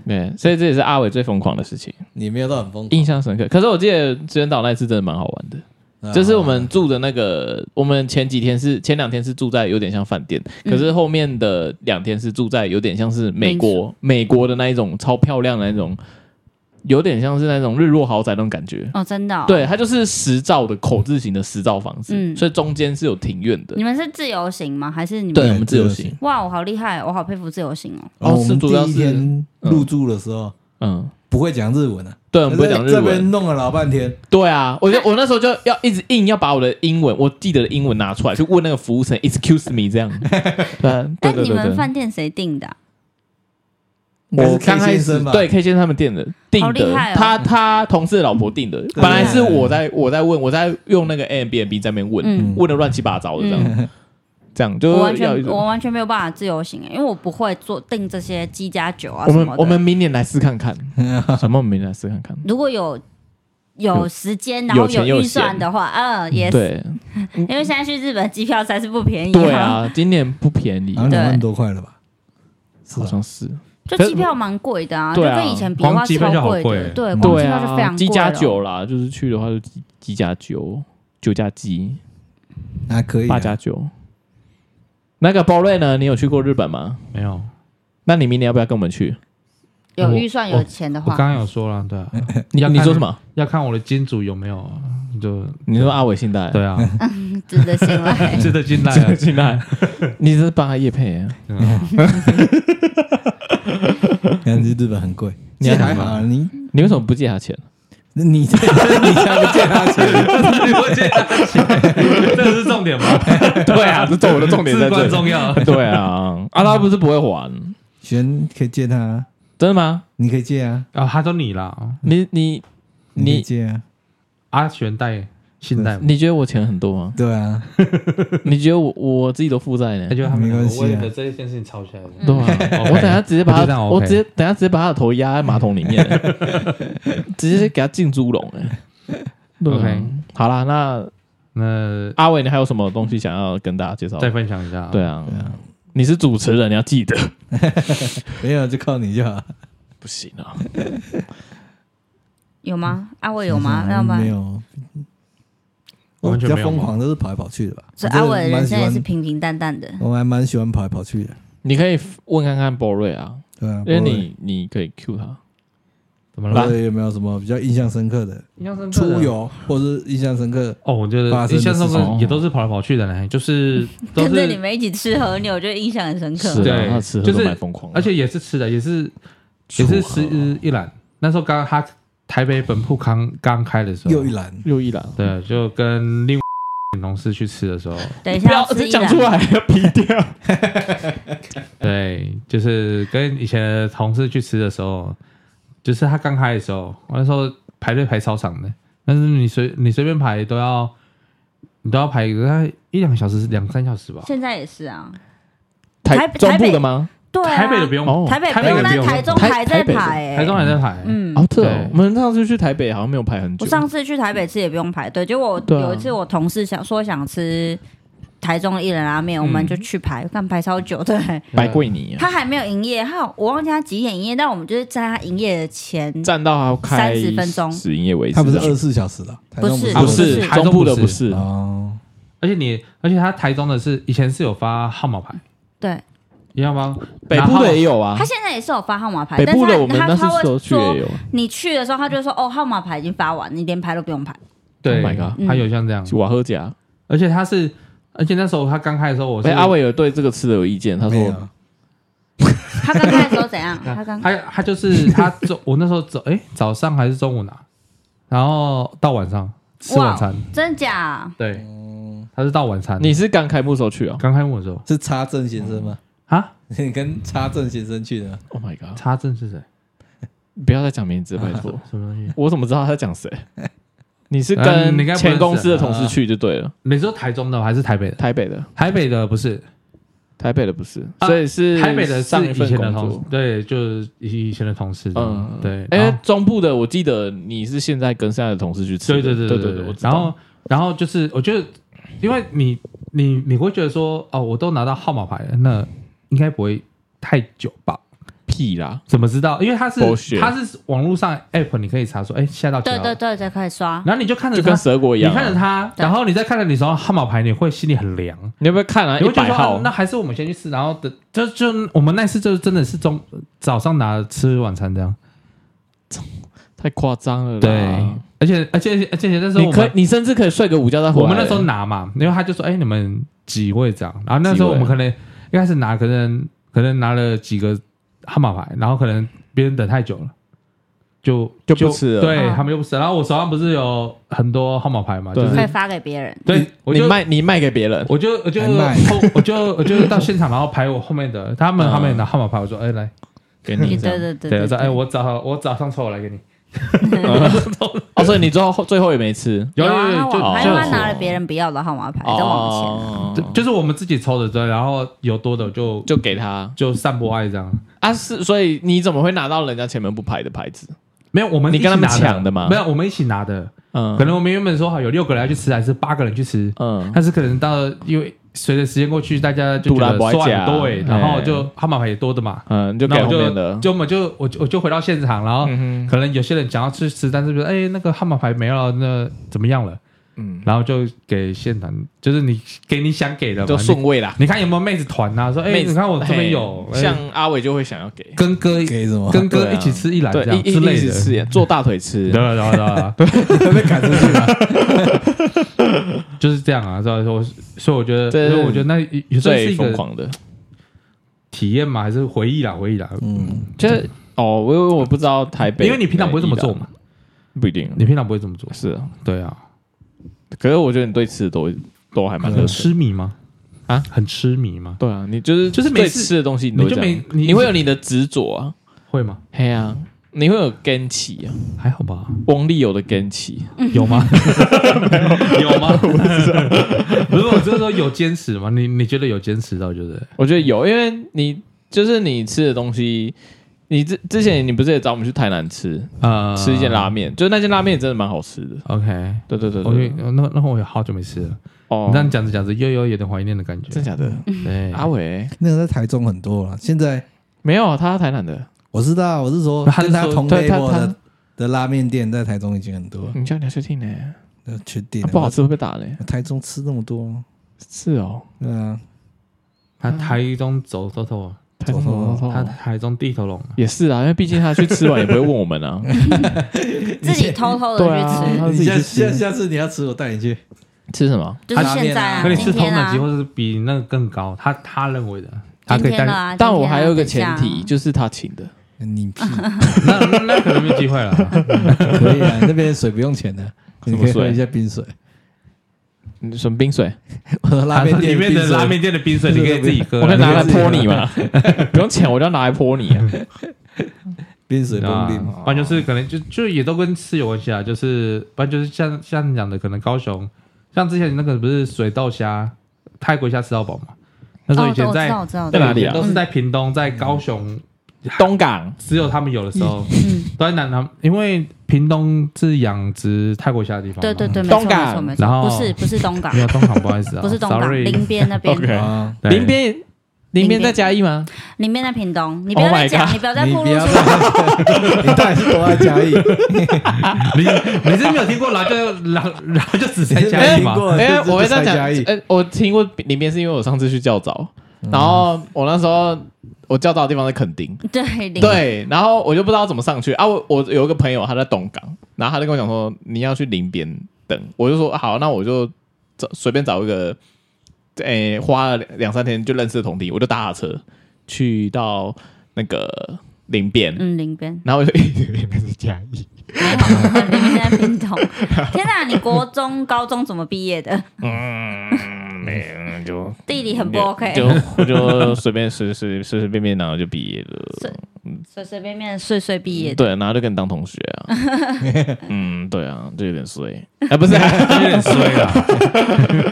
Speaker 2: 对，所以这也是阿伟最疯狂的事情，
Speaker 1: 你没有到很疯
Speaker 2: 印象深刻。可是我记得石原岛那一次真的蛮好玩的。
Speaker 3: 嗯
Speaker 1: 狂，
Speaker 2: 就是我们住的那个，我们前几天是前两天是住在有点像饭店，
Speaker 3: 嗯
Speaker 2: 可是后面的两天是住在有点像是美国美国的那一种超漂亮的那种，有点像是那种日落豪宅那种感觉。
Speaker 3: 哦，真的、哦，
Speaker 2: 对，它就是石造的口字形的石造房子，
Speaker 3: 嗯
Speaker 2: 所以中间是有庭院的
Speaker 3: 你。们是自由行吗？还是你们？
Speaker 2: 对，我们自由
Speaker 1: 自由
Speaker 2: 行，
Speaker 3: 哇，我好厉害，哦我好佩服自由行哦。
Speaker 1: 哦，
Speaker 2: 哦
Speaker 1: 我
Speaker 2: 是
Speaker 1: 们
Speaker 2: 主要
Speaker 1: 第一
Speaker 2: 是
Speaker 1: 天入住的时候
Speaker 2: 嗯，
Speaker 1: 不会讲日文啊，
Speaker 2: 对，嗯我们不会讲日
Speaker 1: 这边
Speaker 2: 文。
Speaker 1: 弄了老半天，
Speaker 2: 对啊，我就我那时候就要一直硬要把我的英文，我记得的英文拿出来，去问那个服务生，Excuse me 这样。对啊，对
Speaker 3: 但
Speaker 2: 对
Speaker 3: 哎你
Speaker 2: 对对
Speaker 3: 们。饭店谁订的啊、
Speaker 1: 应该
Speaker 2: 我
Speaker 1: 是 K
Speaker 2: 刚开
Speaker 1: 先
Speaker 2: 始
Speaker 1: 生吧？
Speaker 2: 对 K 先生他们店的订
Speaker 3: 好
Speaker 2: 的
Speaker 3: 厉害，哦
Speaker 2: 他他同事的老
Speaker 1: 嗯
Speaker 2: 婆订的，本来是我在我在问，我在用那个 a b n b 在那边问，
Speaker 3: 嗯，
Speaker 2: 问的乱七八糟的这样，这样就
Speaker 3: 我完
Speaker 2: 呃要一
Speaker 3: 全
Speaker 2: 种
Speaker 3: 我完全没有办法自由行、欸因为我不会做订这些鸡加酒啊
Speaker 2: 我
Speaker 3: 什
Speaker 2: 们
Speaker 3: 么的。
Speaker 2: 我们明年来试看 看，什么我们明年来试看看，
Speaker 3: 如果有
Speaker 2: 有
Speaker 3: 有时间，然后
Speaker 2: 有钱
Speaker 3: 有
Speaker 2: 有
Speaker 3: 预算
Speaker 2: 闲
Speaker 3: 的话，嗯，也是，
Speaker 2: 对
Speaker 3: 因为现在去日本机票实在是不便宜、
Speaker 2: 对，啊，今年不便 宜
Speaker 1: 好，像
Speaker 3: 对
Speaker 1: 两万多块了吧？啊
Speaker 2: 好像是
Speaker 3: 就
Speaker 2: 可是
Speaker 3: 机票蛮贵的啊，就
Speaker 2: 对啊
Speaker 3: 跟以前比的话
Speaker 4: 光机票就
Speaker 3: 超
Speaker 4: 好
Speaker 3: 贵
Speaker 4: 贵
Speaker 3: 的，对，光
Speaker 2: 对
Speaker 3: 机票就非
Speaker 2: 啊，
Speaker 3: 常
Speaker 2: 鸡
Speaker 3: 贵哦
Speaker 2: 加
Speaker 3: 了。
Speaker 2: 酒啦，就是去的话就鸡鸡加酒，酒加鸡，
Speaker 1: 还可以啊，
Speaker 2: 八加酒。那个包瑞呢？你有去过日本吗？
Speaker 4: 没有，
Speaker 2: 那你明年要不要跟我们去？
Speaker 3: 有预算
Speaker 4: 我
Speaker 3: 有钱的
Speaker 4: 我
Speaker 3: 话，
Speaker 4: 刚刚有说了，对啊，
Speaker 2: 你
Speaker 4: 要看
Speaker 2: 你说什么？
Speaker 4: 要看我的金主有没有啊，就
Speaker 2: 你说阿伟信贷？
Speaker 4: 对啊，
Speaker 3: 值得信赖。
Speaker 2: 哎
Speaker 4: 值得进来
Speaker 2: 这
Speaker 4: 啊
Speaker 2: 个，进 来，你是帮他叶配啊？
Speaker 1: 感觉日本很贵，
Speaker 2: 你
Speaker 1: 其实
Speaker 2: 还
Speaker 1: 还
Speaker 2: 好
Speaker 1: 好
Speaker 2: 吗
Speaker 1: 啊，你
Speaker 2: 你为什么不借他钱？
Speaker 1: 你你才不借他钱，
Speaker 4: 你会借他的钱，这个是重点吗？
Speaker 2: 对啊，这重我的重点在这
Speaker 4: 至关
Speaker 2: 里。
Speaker 4: 重要。
Speaker 2: 对啊，阿拉不是不会还，
Speaker 1: 璇可以借他啊，
Speaker 2: 真的吗？
Speaker 1: 你可以借啊，
Speaker 4: 啊，他说你啦，
Speaker 2: 你你
Speaker 1: 你可以
Speaker 2: 你
Speaker 1: 借啊，？
Speaker 4: 阿璇带信贷嘛，
Speaker 2: 你觉得我钱很多 吗
Speaker 1: 对啊，
Speaker 2: 你觉得我我自己都负债呢
Speaker 4: 那？就他们嗯哎
Speaker 1: 没关
Speaker 4: 两个
Speaker 1: 系啊
Speaker 4: 为了这一件事情吵起来了。
Speaker 2: 对 啊，我等下直接把
Speaker 4: 我觉得
Speaker 2: 他，
Speaker 4: 这样
Speaker 2: 我
Speaker 4: OK
Speaker 2: 直接等下直接把他的头 压在马桶里面，直接给他进猪笼哎。对啊
Speaker 4: OK
Speaker 2: 好啦，那
Speaker 4: 那
Speaker 2: 阿伟，你还有什么东西想要跟大家介绍？
Speaker 4: 再分享一下，
Speaker 2: 对，啊，你是主持人，你要记得。
Speaker 1: 没有就靠你就好，
Speaker 2: 不行啊，
Speaker 3: 有吗？阿伟有吗？那么
Speaker 1: 嗯没有。我
Speaker 4: 完
Speaker 1: 比
Speaker 4: 全
Speaker 1: 较
Speaker 4: 没有
Speaker 1: 疯
Speaker 4: 吗
Speaker 1: 狂都是跑来跑去的吧，
Speaker 3: 所以
Speaker 1: 我真
Speaker 3: 阿
Speaker 1: 的
Speaker 3: 伟的人
Speaker 1: 蛮喜
Speaker 3: 生也
Speaker 1: 欢
Speaker 3: 是平平淡淡的。
Speaker 1: 我还蛮喜欢跑来跑去的，
Speaker 2: 你可以问看看博瑞啊，
Speaker 1: 对啊。
Speaker 2: 因为
Speaker 1: 不过
Speaker 2: 你你可以 Q 他。
Speaker 4: 怎么
Speaker 1: 不
Speaker 4: 了？
Speaker 1: 过有没有什么比较印象深刻的
Speaker 4: 印象深
Speaker 1: 出游，或是印象深刻？
Speaker 4: 哦，我觉得
Speaker 1: 发生的
Speaker 4: 印象中
Speaker 2: 事情
Speaker 4: 也都是跑来跑去的呢，就是都
Speaker 3: 跟着你
Speaker 4: 是，
Speaker 3: 们一起吃和牛，就印象很深刻。
Speaker 2: 是啊，
Speaker 4: 对
Speaker 2: 他吃喝
Speaker 4: 就
Speaker 2: 都
Speaker 4: 是
Speaker 2: 蛮疯狂的，啊
Speaker 4: 而且也是吃的，也是
Speaker 2: 楚
Speaker 4: 也
Speaker 2: 河
Speaker 4: 是吃
Speaker 2: 啊
Speaker 4: 一兰。那时候刚他台北本铺刚刚开的时候，
Speaker 1: 又一栏，
Speaker 2: 又一兰，
Speaker 4: 对，就跟另外同事去吃的时候，
Speaker 3: 等一
Speaker 2: 不
Speaker 3: 下
Speaker 2: 要
Speaker 3: 要吃
Speaker 2: 再
Speaker 3: 一
Speaker 2: 讲
Speaker 3: 兰
Speaker 2: 出来，要劈掉。
Speaker 4: 对，就是跟以前的同事去吃的时候，就是他刚开的时候，我那时候排队排超长的，但是你随你随便排都要，你都要排个大概一两个小时，两三小时吧。
Speaker 3: 现在也是啊，
Speaker 2: 台
Speaker 3: 台北
Speaker 2: 中部的吗？
Speaker 3: 对啊，
Speaker 4: 台北的不用，
Speaker 2: 哦
Speaker 3: 台北
Speaker 4: 台
Speaker 3: 不
Speaker 4: 北
Speaker 3: 用，
Speaker 4: 的不
Speaker 3: 但
Speaker 4: 用，
Speaker 3: 台中
Speaker 2: 台
Speaker 3: 还
Speaker 2: 台
Speaker 3: 在
Speaker 2: 北的
Speaker 3: 排、欸，
Speaker 4: 台中还在排。
Speaker 3: 嗯，
Speaker 2: 哦，对哦
Speaker 4: 对，
Speaker 2: 我们上次去台北好像没有排很久
Speaker 3: 我。上次去台北吃也不用排队，结果我
Speaker 2: 对啊
Speaker 3: 有一次我同事想说想吃台中的一人拉面，我
Speaker 2: 嗯
Speaker 3: 们就去排，但排超久，对，
Speaker 2: 白桂泥啊，
Speaker 3: 他还没有营业，他好我忘记他几点营业，但我们就是在他营业的前，
Speaker 2: 站到它开
Speaker 3: 30分钟
Speaker 2: 止营业为止。
Speaker 1: 他不是
Speaker 2: 这
Speaker 1: 二
Speaker 2: 样
Speaker 1: 十四小时的，台中
Speaker 3: 不
Speaker 2: 不
Speaker 3: 不
Speaker 2: 是中部的
Speaker 3: 是
Speaker 4: 台中
Speaker 2: 不
Speaker 4: 不
Speaker 2: 是，
Speaker 1: 哦，
Speaker 4: 而且你，而且他台中的是以前是有发号码牌，
Speaker 3: 对
Speaker 2: 啊
Speaker 4: 你知道吗？
Speaker 2: 北部的也有啊
Speaker 3: 他。现在也是有发号码牌，
Speaker 2: 北
Speaker 3: 但
Speaker 2: 部的我
Speaker 3: 是
Speaker 2: 们
Speaker 3: 他
Speaker 2: 那时
Speaker 3: 他他
Speaker 2: 候
Speaker 3: 会
Speaker 2: 去欸也
Speaker 3: 说
Speaker 2: 有，啊
Speaker 3: 你去的时候他就说哦号码牌已经发完，你连排都不用排，
Speaker 4: 对
Speaker 2: Oh my god
Speaker 4: 他有像这样，
Speaker 2: 去瓦赫家。
Speaker 4: 而且他是，而且那时候他刚开的时候，我是
Speaker 2: 哎，阿，伟有对这个吃的有意见，他
Speaker 1: 没
Speaker 2: 说
Speaker 1: 有
Speaker 3: 他刚开的时 候怎样？他刚
Speaker 4: 他他就是他中，我那时候早哎早上还是中午拿，然后到晚上吃晚餐，
Speaker 3: 真假？
Speaker 4: 对，他是到晚餐。
Speaker 2: 你是刚开幕时候去啊
Speaker 4: 刚开幕的时候
Speaker 1: 哦是插正先生吗？
Speaker 4: 啊，
Speaker 1: 你跟插正先生去的吗？
Speaker 2: ？Oh my god！
Speaker 4: 查证是谁？
Speaker 2: 不要再讲名字，拜托。
Speaker 4: 什 么东西？
Speaker 2: 我怎么知道他在讲 谁？你是
Speaker 4: 嗯你
Speaker 2: 跟
Speaker 4: 应该不认识
Speaker 2: 前公司的同事去就对了，
Speaker 4: 你说台中的还是台北的？
Speaker 2: 台北的，
Speaker 4: 台北的不是，
Speaker 2: 台北的不是，
Speaker 4: 啊
Speaker 2: 所以是
Speaker 4: 台北的是
Speaker 2: 上一
Speaker 4: 以
Speaker 2: 份
Speaker 4: 前的
Speaker 2: 工
Speaker 4: 同事
Speaker 2: 作，。
Speaker 4: 对，就是以前的同事。
Speaker 2: 嗯
Speaker 4: 嗯，，对，
Speaker 2: 因
Speaker 4: 然后
Speaker 2: 为中部的，我记得你是现在跟现在的同事去吃的，
Speaker 4: 对对对
Speaker 2: 对
Speaker 4: 对
Speaker 2: 对，我知道
Speaker 4: 然后然后就是，我觉得，因为你你你会觉得说，哦，我都拿到号码牌了，那应该不会太久吧？
Speaker 2: 屁啦，
Speaker 4: 怎么知道？因为它是
Speaker 2: Bullshit
Speaker 4: 它是网络上 app，你可以查说，哎，下到几号
Speaker 3: 对对对对，可以刷。
Speaker 4: 然后你就看着
Speaker 2: 就跟
Speaker 4: 它，
Speaker 2: 蛇果一
Speaker 4: 你
Speaker 2: 样啊。
Speaker 4: 看着它，
Speaker 3: 对
Speaker 4: 然后你再看着你手上号码牌，你会心里很凉。
Speaker 2: 你有没有看啊？
Speaker 4: 你
Speaker 2: 一
Speaker 4: 会觉得
Speaker 2: 百
Speaker 4: 说、
Speaker 2: 号
Speaker 4: 啊，那还是我们先去吃，然后等就就我们那次就真的是中早上拿吃晚餐这样，
Speaker 2: 太夸张了啦。
Speaker 4: 对，而且而且而且那时候
Speaker 2: 你
Speaker 4: 我
Speaker 2: 可
Speaker 4: 们
Speaker 2: 以你甚至可以睡个午觉再回来。
Speaker 4: 我们那时候拿嘛，因为他就说，哎、你们几位这样？然后那时
Speaker 2: 几
Speaker 4: 候我
Speaker 2: 位
Speaker 4: 们可能一开始拿，可能可能拿了几个号码牌，然后可能别人等太久了，就
Speaker 2: 就不吃了啊
Speaker 4: 对、
Speaker 3: 嗯
Speaker 4: 他们又不吃。然后我手上不是有很多号码牌嘛，
Speaker 2: 对
Speaker 4: 就
Speaker 3: 可以
Speaker 4: 是
Speaker 3: 发给别人，
Speaker 4: 对，我
Speaker 2: 你
Speaker 4: 就
Speaker 2: 卖你卖给别人，
Speaker 4: 我就我就
Speaker 1: 还卖
Speaker 4: 后我就我就到现场，然后排我后面的，他们
Speaker 2: 嗯
Speaker 4: 他们也拿号码牌，我说，哎、来，
Speaker 2: 给
Speaker 3: 对
Speaker 2: 你。
Speaker 3: 对对
Speaker 4: 对，我
Speaker 3: 对
Speaker 4: 说，哎、
Speaker 3: 对，
Speaker 4: 我早我早上抽我来给你，
Speaker 2: 哦，所以你最后最后也没吃。
Speaker 4: 有
Speaker 3: 有
Speaker 4: 有
Speaker 3: 啊，
Speaker 4: 有，就
Speaker 3: 我
Speaker 2: 网
Speaker 3: 还
Speaker 2: 拍
Speaker 4: 就
Speaker 3: 因为
Speaker 2: 完
Speaker 3: 他拿了别人不要的号码牌，都往
Speaker 2: 哦
Speaker 4: 就就是我们自己抽的对，然后有多的就
Speaker 2: 就给他
Speaker 4: 就散播爱这样。
Speaker 2: 啊，是，所以你怎么会拿到人家前面不排的牌子？
Speaker 4: 没有，我们
Speaker 2: 你跟他们
Speaker 4: 一起拿
Speaker 2: 抢的吗
Speaker 4: 没有，我们一起拿的。
Speaker 2: 嗯，
Speaker 4: 可能我们原本说好有六个人要去吃，还是八个人去吃，
Speaker 2: 嗯，
Speaker 4: 但是可能到因为随着时间过去，大家就觉
Speaker 2: 突然
Speaker 4: 得
Speaker 2: 不爱
Speaker 4: 说
Speaker 2: 夹
Speaker 4: 很多欸
Speaker 2: 哎
Speaker 4: 然后就号码牌也多的嘛，
Speaker 2: 嗯，你就给
Speaker 4: 那
Speaker 2: 后
Speaker 4: 我
Speaker 2: 面的
Speaker 4: 就，就我们就我就我就回到现场，然后
Speaker 2: 嗯
Speaker 4: 可能有些人想要去吃，但是觉得哎那个号码牌没了，那怎么样了？
Speaker 2: 嗯，
Speaker 4: 然后就给现场，就是你给你想给的嘛，
Speaker 2: 就
Speaker 4: 你
Speaker 2: 顺位啦。
Speaker 4: 你看有没有妹子团啊？说哎，
Speaker 2: 妹子
Speaker 4: 你看我这边
Speaker 2: 嘿
Speaker 4: 有，哎
Speaker 2: 像阿伟就会想要给，
Speaker 4: 跟哥
Speaker 1: 给什么？
Speaker 4: 跟哥
Speaker 2: 对啊
Speaker 4: 一起吃一篮这
Speaker 2: 对，
Speaker 4: 样
Speaker 2: 一
Speaker 4: 之
Speaker 2: 一
Speaker 4: 类
Speaker 2: 起
Speaker 4: 的，
Speaker 2: 吃，做大腿吃
Speaker 4: 对，啊对对对。
Speaker 1: 被赶出去了。
Speaker 4: 就是这样啊， 所以说，所以我觉得，所
Speaker 2: 这是
Speaker 4: 以我觉得那有时候是
Speaker 2: 最
Speaker 4: 一
Speaker 2: 疯
Speaker 4: 个
Speaker 2: 狂的。
Speaker 4: 体验嘛，还是回忆啦，回忆啦。
Speaker 1: 嗯，
Speaker 2: 就是哦，我我我不知道台北，
Speaker 4: 因为你平常不会这么做嘛，
Speaker 2: 不一定。
Speaker 4: 你平常不会这么做。
Speaker 2: 是啊，
Speaker 4: 对啊，
Speaker 2: 可是我觉得你对吃的都都还蛮
Speaker 4: 很
Speaker 2: 热情。
Speaker 4: 痴迷吗？
Speaker 2: 嗯啊，
Speaker 4: 很痴迷吗？
Speaker 2: 对啊，你就是
Speaker 4: 就是每
Speaker 2: 对
Speaker 4: 次
Speaker 2: 吃的东西你都会
Speaker 4: 你就
Speaker 2: 这样
Speaker 4: 没你
Speaker 2: 你会有你的执着啊，
Speaker 4: 会吗？
Speaker 2: 嘿啊，你会有根气啊，
Speaker 4: 还好吧，
Speaker 2: 翁立友的根气，
Speaker 4: 有吗？嗯 有 吗？ 不是，我就是说有坚持吗？你你觉得有坚持到，就是
Speaker 2: 我觉得有，因为你就是你吃的东西，你之之前你不是也找我们去台南吃
Speaker 4: 呃，
Speaker 2: 吃一间拉面，就是那间拉面真的蛮好吃的。
Speaker 4: OK，
Speaker 2: 对对对
Speaker 4: 我
Speaker 2: 对，
Speaker 4: 那那我也好久没吃了。
Speaker 2: 哦
Speaker 4: 你这样讲着讲着，又有有点怀念的感觉
Speaker 2: 真。假啊的？
Speaker 4: 对，
Speaker 2: 阿伟
Speaker 1: 那个在台中很多了，现在
Speaker 2: 没有，他台南的，
Speaker 1: 我知道，我是说
Speaker 4: 他
Speaker 1: 跟他
Speaker 4: 说
Speaker 1: 同
Speaker 2: 对
Speaker 1: 类
Speaker 2: 他
Speaker 1: 过
Speaker 2: 他
Speaker 1: 的的拉面店在台中已经很多了，
Speaker 2: 你叫你要去听呢，
Speaker 1: 呃确定
Speaker 2: 啊
Speaker 1: 了
Speaker 2: 不好吃会被打嘞。
Speaker 1: 台中吃那么多，
Speaker 2: 是哦，
Speaker 1: 对啊，
Speaker 4: 他台中走走走啊，
Speaker 2: 台中怎么
Speaker 1: 走
Speaker 4: 他
Speaker 2: 说
Speaker 4: 台中地头龙啊。
Speaker 2: 也是啊，因为毕竟他去吃完也不会问我们 啊。
Speaker 3: 前， 自己偷偷
Speaker 2: 对
Speaker 3: 的去
Speaker 2: 啊，
Speaker 3: 吃，
Speaker 2: 他自
Speaker 1: 你
Speaker 2: 己
Speaker 1: 下
Speaker 2: 去
Speaker 1: 下
Speaker 2: 吃
Speaker 1: 下次你要吃，我带你去。
Speaker 2: 吃什么？
Speaker 3: 就是现在啊，
Speaker 1: 可
Speaker 4: 可
Speaker 1: 以
Speaker 4: 你
Speaker 1: 吃
Speaker 4: 是
Speaker 3: 今
Speaker 4: 同
Speaker 3: 天
Speaker 4: 等
Speaker 3: 啊
Speaker 4: 级，或，者是比那个更高，他他认为的，他可
Speaker 3: 今
Speaker 4: 以带
Speaker 3: 天
Speaker 4: 你
Speaker 3: 了啊。
Speaker 2: 但
Speaker 3: 今
Speaker 2: 我
Speaker 3: 天啊
Speaker 2: 还有一个
Speaker 3: 等下
Speaker 2: 前
Speaker 3: 啊
Speaker 2: 提，就是他请的。
Speaker 1: 你屁
Speaker 4: 那那那可能没有机会了。
Speaker 1: 可以啊，那边水不用钱 的，你可以
Speaker 2: 什么
Speaker 1: 喝
Speaker 2: 水
Speaker 1: 一下冰水。
Speaker 2: 嗯什么冰水？
Speaker 1: 我说拉面
Speaker 2: 啊
Speaker 4: 里
Speaker 1: 店
Speaker 4: 面的
Speaker 1: 冰水
Speaker 4: 拉面店的冰水，你可以自己喝。啊
Speaker 2: 我可以拿来
Speaker 4: 你可
Speaker 2: 泼
Speaker 4: 以自己喝
Speaker 2: 你嘛？不用钱，我就要拿来泼你啊。
Speaker 1: 临时工
Speaker 4: 啊
Speaker 1: 地，
Speaker 4: 不然就是可能就就也都跟吃有关系啊，就是不然就是像像你讲的，可能高雄，像之前那个不是水豆虾、泰国虾吃到饱嘛，那时候以前
Speaker 3: 哦对
Speaker 4: 在、
Speaker 3: 我知道，我知
Speaker 2: 在嗯
Speaker 3: 道，
Speaker 2: 哪里啊
Speaker 4: 都是在屏东，在高雄，
Speaker 2: 东港
Speaker 4: 只有他们有的时候，
Speaker 3: 嗯，
Speaker 4: 都在南南，因为屏东是养殖泰国虾的地方嘛，
Speaker 3: 对对对，没错
Speaker 2: 东
Speaker 3: 没
Speaker 2: 港
Speaker 3: 错没
Speaker 4: 然后
Speaker 3: 错，不是不是东港
Speaker 4: 没，有东港，不好意思啊，
Speaker 3: 不是东港，
Speaker 4: sorry，
Speaker 3: 林边那边，
Speaker 2: OK
Speaker 1: 啊，
Speaker 4: 对
Speaker 2: 林边林边在
Speaker 3: 边
Speaker 2: 嘉义吗？
Speaker 3: 林边在屏东，你不要
Speaker 2: Oh my
Speaker 3: 再讲，
Speaker 2: God
Speaker 3: 你不要再
Speaker 1: 你
Speaker 3: 暴
Speaker 1: 不
Speaker 3: 露
Speaker 1: 要
Speaker 3: 出
Speaker 1: 再， 你到底是多爱嘉 义？
Speaker 4: 你你是没有听过，然后就然后然后就只在嘉义
Speaker 1: 听
Speaker 4: 嘛，
Speaker 1: 过，
Speaker 2: 哎、
Speaker 1: 就是
Speaker 2: 我会这
Speaker 1: 在
Speaker 2: 样讲
Speaker 1: 嘉义，嗯
Speaker 2: 哎，我听过里面是因为我上次去教早，然后我那时候我教早的地方是垦丁，
Speaker 3: 对林，
Speaker 2: 对，然后我就不知道怎么上去啊。我我有一个朋友他在东港，然后他就跟我讲说你要去林边等，我就说好，那我就找随便找一个，诶、花了两两三天就认识的同弟，我就搭他车去到那个林边，
Speaker 3: 嗯，林边，
Speaker 2: 然后我就林边是嘉义，
Speaker 3: 还好林边在屏东。天哪，你国中、高中怎么毕业的？
Speaker 2: 嗯，没有就
Speaker 3: 地理很不 OK，
Speaker 2: 就我就随便随随随随便便，然后就毕业了
Speaker 3: 是。随随便便碎碎毕业的。
Speaker 2: 对，然后就跟你当同学 啊。嗯，对啊，就有点衰。哎，不是 啊、
Speaker 4: 有点衰了。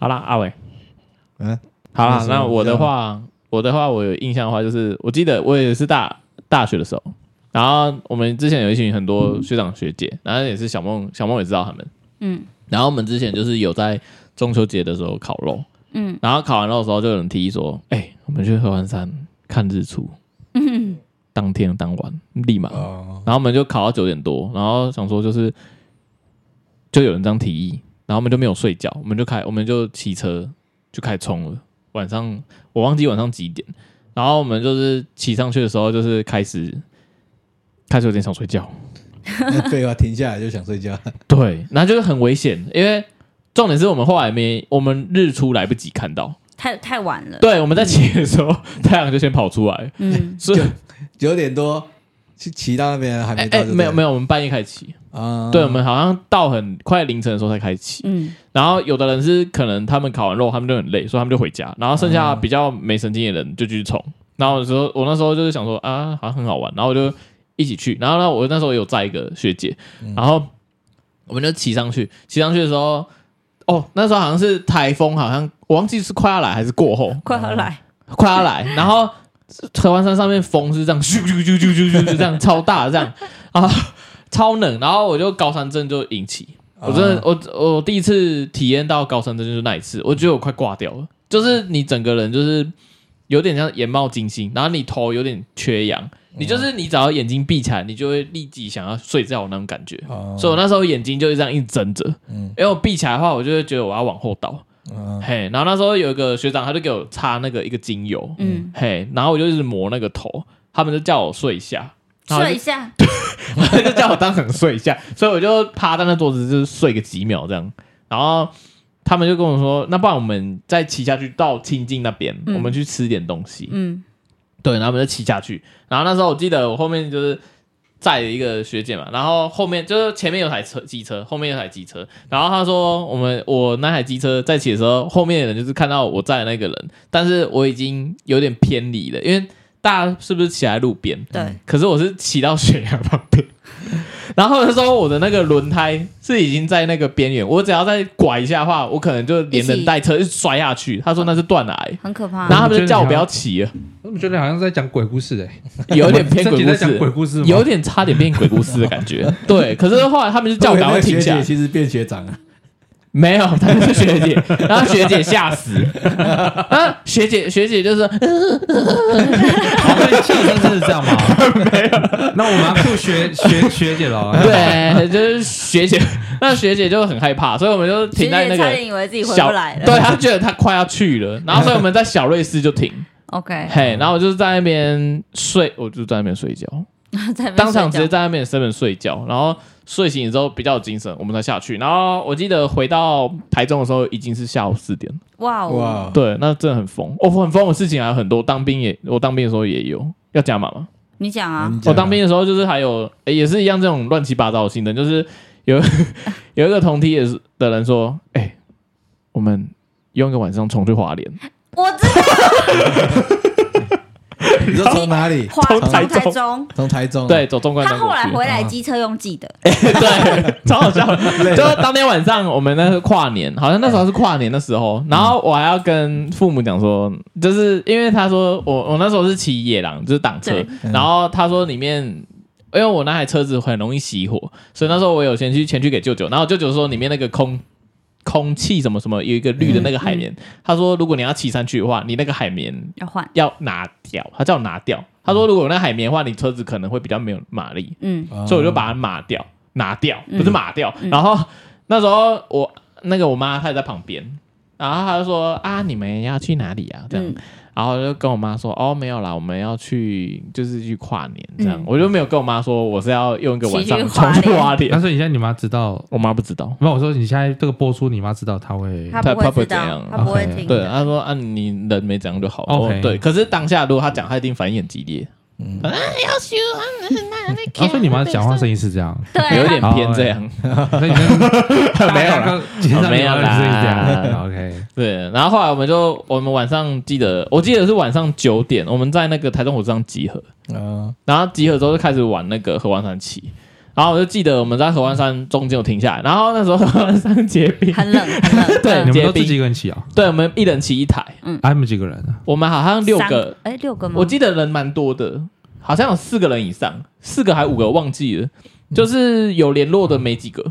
Speaker 2: 好啦，阿伟，
Speaker 1: 嗯，
Speaker 2: 好啦
Speaker 1: 那，是啊
Speaker 2: 那我的
Speaker 1: 这样
Speaker 2: 话，我的话，我有印象的话，就是我记得我也是大大学的时候，然后我们之前有一群很多学长学姐，然后也是小梦，小梦也知道他们，
Speaker 3: 嗯
Speaker 2: 然后我们之前就是有在中秋节的时候烤肉，
Speaker 3: 嗯
Speaker 2: 然后烤完肉的时候就有人提议说，哎、我们去合欢山看日出，
Speaker 3: 嗯，
Speaker 2: 当天当晚立马
Speaker 1: 哦，
Speaker 2: 然后我们就考到九点多，然后想说就是，就有人这样提议，然后我们就没有睡觉，我们就开我们就骑车就开始冲了。晚上我忘记晚上几点，然后我们就是骑上去的时候，就是开始开始有点想睡觉，
Speaker 1: 那废话，停下来就想睡觉，
Speaker 2: 对，然后就是很危险，因为重点是我们后来没我们日出来不及看到，
Speaker 1: 嗯
Speaker 3: 太太晚了。
Speaker 2: 对，我们在骑的时候太阳就先跑出来，
Speaker 3: 嗯，
Speaker 2: 所以
Speaker 1: 九点多去骑到那边还
Speaker 2: 哎
Speaker 1: 没
Speaker 2: 哎
Speaker 1: 到，
Speaker 2: 没有没
Speaker 1: 有
Speaker 2: 有，我们半夜开始骑，
Speaker 1: 啊，
Speaker 2: 对，我们好像到很快凌晨的时候才开始骑。
Speaker 3: 嗯
Speaker 2: 然后有的人是可能他们烤完肉，他们就很累，所以他们就回家。然后剩下比较没神经的人就继续冲。然后我说，我那时候就是想说啊，好像很好玩，然后我就一起去。然后呢，我那时候有载一个学姐，然后我们就骑上去。骑上去的时候，哦，那时候好像是台风，好像我忘记是快要来还是过后，
Speaker 3: 快要来。
Speaker 2: 快要来，然后合欢山上面风是这样咻咻咻咻咻咻咻这样超大的 这样，然后 超冷，然后我就高山症就引起，
Speaker 1: 啊
Speaker 2: 我真的我我第一次体验到高山症就是那一次，我觉得我快挂掉了，就是你整个人就是有点像眼冒金星，然后你头有点缺氧，
Speaker 1: 哦
Speaker 2: 你就是你只要眼睛闭起来，你就会立即想要睡觉那种感觉，
Speaker 1: 哦，
Speaker 2: 所以我那时候眼睛就是这样一直睁着，
Speaker 1: 嗯
Speaker 2: 因为我闭起来的话，我就会觉得我要往后倒，
Speaker 1: 嗯
Speaker 2: 嘿，然后那时候有一个学长他就给我擦那个一个精油，
Speaker 3: 嗯，
Speaker 2: 嘿，然后我就一直磨那个头，他们就叫我睡一下，然后
Speaker 3: 睡一下。
Speaker 2: 就就叫我当场睡一下，所以我就趴在那桌子就是睡个几秒这样，然后他们就跟我说，那不然我们再骑下去到清境那边，
Speaker 3: 嗯
Speaker 2: 我们去吃点东西，
Speaker 3: 嗯
Speaker 2: 对，然后我们就骑下去，然后那时候我记得我后面就是。载了一个学姐嘛，然后后面就是前面有台车机车，后面有台机车，然后他说我们我那台机车在骑的时候，后面的人就是看到我载的那个人，但是我已经有点偏离了，因为大家是不是骑在路边？
Speaker 3: 对，
Speaker 2: 可是我是骑到悬崖旁边，然后那时候我的那个轮胎是已经在那个边缘，我只要再拐一下的话，我可能就连人带车就摔下去。他说那是断崖，
Speaker 3: 很可怕
Speaker 2: 然。后他们就叫我不要骑了，
Speaker 4: 我怎么觉得好像在讲鬼故事哎、
Speaker 2: 有点偏鬼
Speaker 4: 这集
Speaker 2: 故
Speaker 4: 在讲鬼
Speaker 2: 事，
Speaker 4: 故事吗？
Speaker 2: 有点差点变鬼故事的感 觉。对，可是后来他们就叫我赶快停
Speaker 1: 会不会那
Speaker 2: 下
Speaker 1: 个学姐，其实变学长啊，
Speaker 2: 没有，她就是学姐，然后学姐吓死，啊，学姐学姐就是
Speaker 4: 哦好，所以气声真的是这 样吗？没有。那我们要酷学学学姐了。，
Speaker 2: 对，就是学姐，那学姐就很害怕，所以我们就
Speaker 3: 学
Speaker 2: 停在
Speaker 3: 姐
Speaker 2: 那
Speaker 3: 差
Speaker 2: 个
Speaker 3: 点以为自己回
Speaker 2: 小
Speaker 3: 不来了。
Speaker 2: 对他觉得他快要去了，然后所以我们在小瑞士就停，
Speaker 3: ，OK，
Speaker 2: 嘿，然后我就是在那边睡，我就在那边睡觉，
Speaker 3: 在那边
Speaker 2: 当场直接
Speaker 3: 嗯睡
Speaker 2: 在
Speaker 3: 觉
Speaker 2: 那边 seven 睡觉，然后睡醒之后比较有精神，我们才下去。然后我记得回到台中的时候已经是下午四点了，
Speaker 3: 哇哦，
Speaker 1: 哇，
Speaker 2: 对，那真的很疯，哦，很疯的事情还有很多，当兵也，我当兵的时候也有。要加码吗？
Speaker 3: 你讲啊
Speaker 1: 嗯，
Speaker 2: 我当兵的时候就是还有，诶也是一样这种乱七八糟的行程，就是有 有一个同梯也是的人说，哎、我们用一个晚上冲去华联，
Speaker 3: 我知道，
Speaker 1: 你说从哪里？
Speaker 3: 花
Speaker 2: 从
Speaker 3: 从
Speaker 2: 台中
Speaker 3: 台中，
Speaker 1: 从台中啊
Speaker 2: 对，走纵贯
Speaker 3: 嗯他
Speaker 2: 中国啊
Speaker 3: 后来
Speaker 2: 区。
Speaker 3: 回来机车用寄的，
Speaker 2: 对，超好笑的。就是当天晚上，我们那是跨年，好像那时候是跨年的时候，然后我还要跟父母讲说，就是因为他说我我那时候是骑野狼，就是挡车
Speaker 3: 对，
Speaker 2: 然后他说里面，因为我那台车子很容易熄火，所以那时候我有先去前去给舅舅，然后舅舅说里面那个空。空气什么什么有一个绿的那个海绵，他说如果你要骑上去的话，你那个海绵
Speaker 3: 要换，
Speaker 2: 要拿掉，他叫我拿掉。他说如果有那海绵的话，你车子可能会比较没有马力。
Speaker 3: 嗯，
Speaker 1: 哦
Speaker 2: 所以我就把它码掉，拿掉，
Speaker 3: 嗯
Speaker 2: 不是码掉。然后那时候我那个我妈她也在旁边，然后她就说啊，你们要去哪里啊？这样，
Speaker 3: 嗯
Speaker 2: 然后就跟我妈说哦，没有啦，我们要去就是去跨年这样。
Speaker 3: 嗯
Speaker 2: 我就没有跟我妈说我是要用一个晚上
Speaker 3: 骑去
Speaker 2: 冲
Speaker 3: 花莲
Speaker 2: 去花
Speaker 4: 但
Speaker 2: 莲，
Speaker 4: 是你现在你妈知道，
Speaker 2: 我妈不知道。
Speaker 4: 没有我说你现在这个播出，你妈知道她会
Speaker 3: 他
Speaker 2: 他
Speaker 3: 不
Speaker 2: 他
Speaker 3: 会
Speaker 2: 不会
Speaker 3: 知
Speaker 2: 怎
Speaker 3: 道
Speaker 2: 样，啊
Speaker 3: 他不会
Speaker 4: OK
Speaker 3: 听
Speaker 2: 对，
Speaker 3: 的，
Speaker 2: 她说啊，你人没怎样就好了。
Speaker 4: OK
Speaker 2: 哦对，可是当下如果她讲，她一定反应很激烈，
Speaker 4: 啊，所以你妈讲话声音是这样，
Speaker 3: 对，啊
Speaker 2: 有点
Speaker 4: 好
Speaker 2: 偏
Speaker 4: 哎
Speaker 2: 这样。
Speaker 4: 所以你 跟
Speaker 2: 没有啦
Speaker 4: 大家跟街上
Speaker 2: 没有啦
Speaker 4: 是这样。OK，
Speaker 2: 对，然后后来我们就我们晚上记得，我记得是晚上九点，我们在那个台中火车站集合，
Speaker 1: 啊，
Speaker 2: 然后集合之后就开始玩那个合欢山骑，然后我就记得我们在合欢山中间有停下来，然后那时候合欢山结冰，
Speaker 3: 很冷，很冷，
Speaker 2: 对
Speaker 4: 你
Speaker 3: 嗯
Speaker 4: 们都自己一个人骑啊？
Speaker 2: 对，我们一人骑一台，
Speaker 4: 啊，你们几个人啊？
Speaker 2: 我们好像六
Speaker 3: 三
Speaker 2: 个，，
Speaker 3: 哎，六个吗？
Speaker 2: 我记得人蛮多的，好像有四个人以上，四个还五个忘记了，就是有联络的没几个，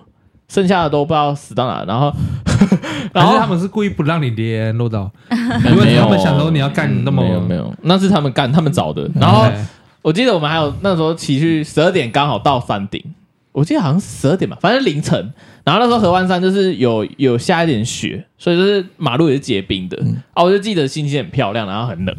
Speaker 2: 剩下的都不知道死到哪了，然后然
Speaker 4: 还
Speaker 2: 后
Speaker 4: 是他们是故意不让你联络到？
Speaker 2: 没有
Speaker 4: 因为他们想说你要干那么
Speaker 2: 没有没有，那是他们干他们找的，然后。
Speaker 4: OK 哦
Speaker 2: 我记得我们还有那时候骑去十二点刚好到山顶，我记得好像十二点吧，反正凌晨。然后那时候合欢山就是有有下一点雪，所以就是马路也是结冰的、啊。我就记得星星很漂亮，然后很冷，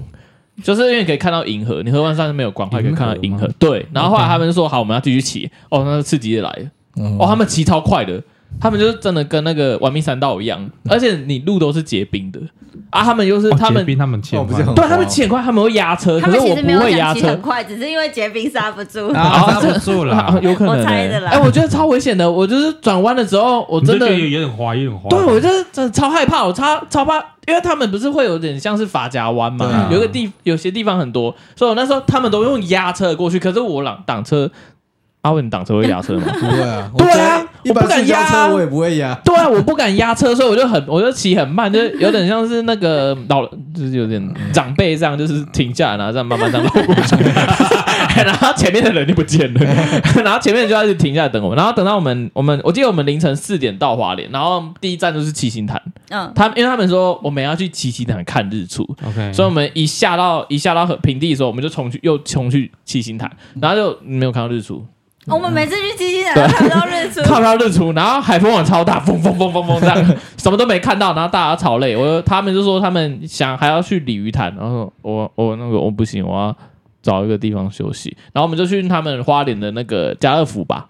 Speaker 2: 就是因为可以看到银河。你合欢山是没有光，还可以看到银河
Speaker 4: 银河吗。
Speaker 2: 对，然后后来他们就说好，我们要继续骑。哦，那刺激的来了。
Speaker 1: 嗯
Speaker 2: 哦，他们骑超快的，他们就是真的跟那个玩命三道一样，而且你路都是结冰的啊。他们又是
Speaker 4: 哦
Speaker 2: 他
Speaker 4: 结
Speaker 2: 们
Speaker 4: 冰他们骑
Speaker 1: 哦
Speaker 4: 很
Speaker 1: 不是
Speaker 4: 快
Speaker 1: 很
Speaker 2: 对啊他们骑很快，他们会压车，
Speaker 3: 他
Speaker 2: 可是
Speaker 3: 们其
Speaker 2: 我
Speaker 3: 实
Speaker 2: 不
Speaker 3: 没有
Speaker 2: 会压
Speaker 3: 讲骑
Speaker 2: 车
Speaker 3: 很。快，只是因为结冰刹不住。
Speaker 4: 啊，刹不住
Speaker 2: 啊
Speaker 4: 了，
Speaker 2: 有可能、欸，
Speaker 3: 我猜的啦
Speaker 2: 哎、我觉得超危险的，我就是转弯的时候， 我
Speaker 4: 你就
Speaker 2: 真的，
Speaker 4: 觉得有点滑，有点滑。
Speaker 2: 对我就是真的超害怕，我超超怕，因为他们不是会有点像是法夹弯嘛，
Speaker 1: 对啊
Speaker 2: 有一个地有些地方很多，所以我那时候他们都用压车过去，可是我挡挡车，阿文你挡车会压车吗？
Speaker 1: 不会 啊，
Speaker 2: 对
Speaker 1: 我觉
Speaker 2: 啊
Speaker 1: 得一
Speaker 2: 我不
Speaker 1: 般
Speaker 2: 敢
Speaker 1: 私
Speaker 2: 压
Speaker 1: 家
Speaker 2: 啊
Speaker 1: 车我也不会压，
Speaker 2: 对啊，我不敢压车，所以我就很，我就骑很慢，就是有点像是那个老，就是有点长辈这样，就是停下来，然后这样慢慢这样绕过去，然后前面的人就 不见了，然后前面就要一直停下来等我们，然后等到我们，我们我记得我们凌晨四点到华联，然后第一站就是七星潭，
Speaker 3: 嗯，
Speaker 2: 他因为他们说我们要去七星潭看日出，
Speaker 4: OK，
Speaker 2: 所以我们一下到一下到平地的时候，我们就冲去又冲去七星潭，然后就没有看到日出，
Speaker 3: 哦我们每次去基金展都看不到日 出，
Speaker 2: 看不到日出，然后海风网超大，风风风风风这样，什么都没看到，然后大家吵累。我他们就说他们想还要去鲤鱼潭，然后我我那个我不行，我要找一个地方休息。然后我们就去他们花莲的那个家乐福吧，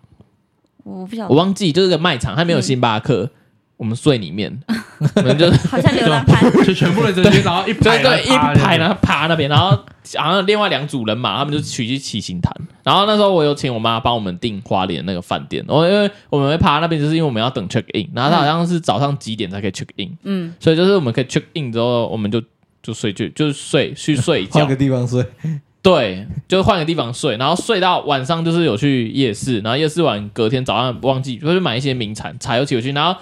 Speaker 3: 我不晓
Speaker 2: 我
Speaker 3: 得，
Speaker 2: 忘记就是个卖场，它没有星巴克，我们睡里面，我们就
Speaker 3: 好像流浪汉。
Speaker 4: 就全部人直接然后一排
Speaker 2: 对对，一排
Speaker 4: 呢，
Speaker 2: 然后爬那边，然后好像另外两组人嘛，他们就取去七星潭。然后那时候我有请我妈帮我们订花莲那个饭店，我因为我们会爬那边，就是因为我们要等 check in，然后它好像是早上几点才可以 check in，
Speaker 3: 嗯，
Speaker 2: 所以就是我们可以 check in 之后，我们就就睡去，就是睡去睡一
Speaker 1: 换
Speaker 2: 觉
Speaker 1: 个，地方睡，
Speaker 2: 对，就换个地方睡，然后睡到晚上就是有去夜市，然后夜市完隔天早上忘记就是买一些名产柴油骑回去，然后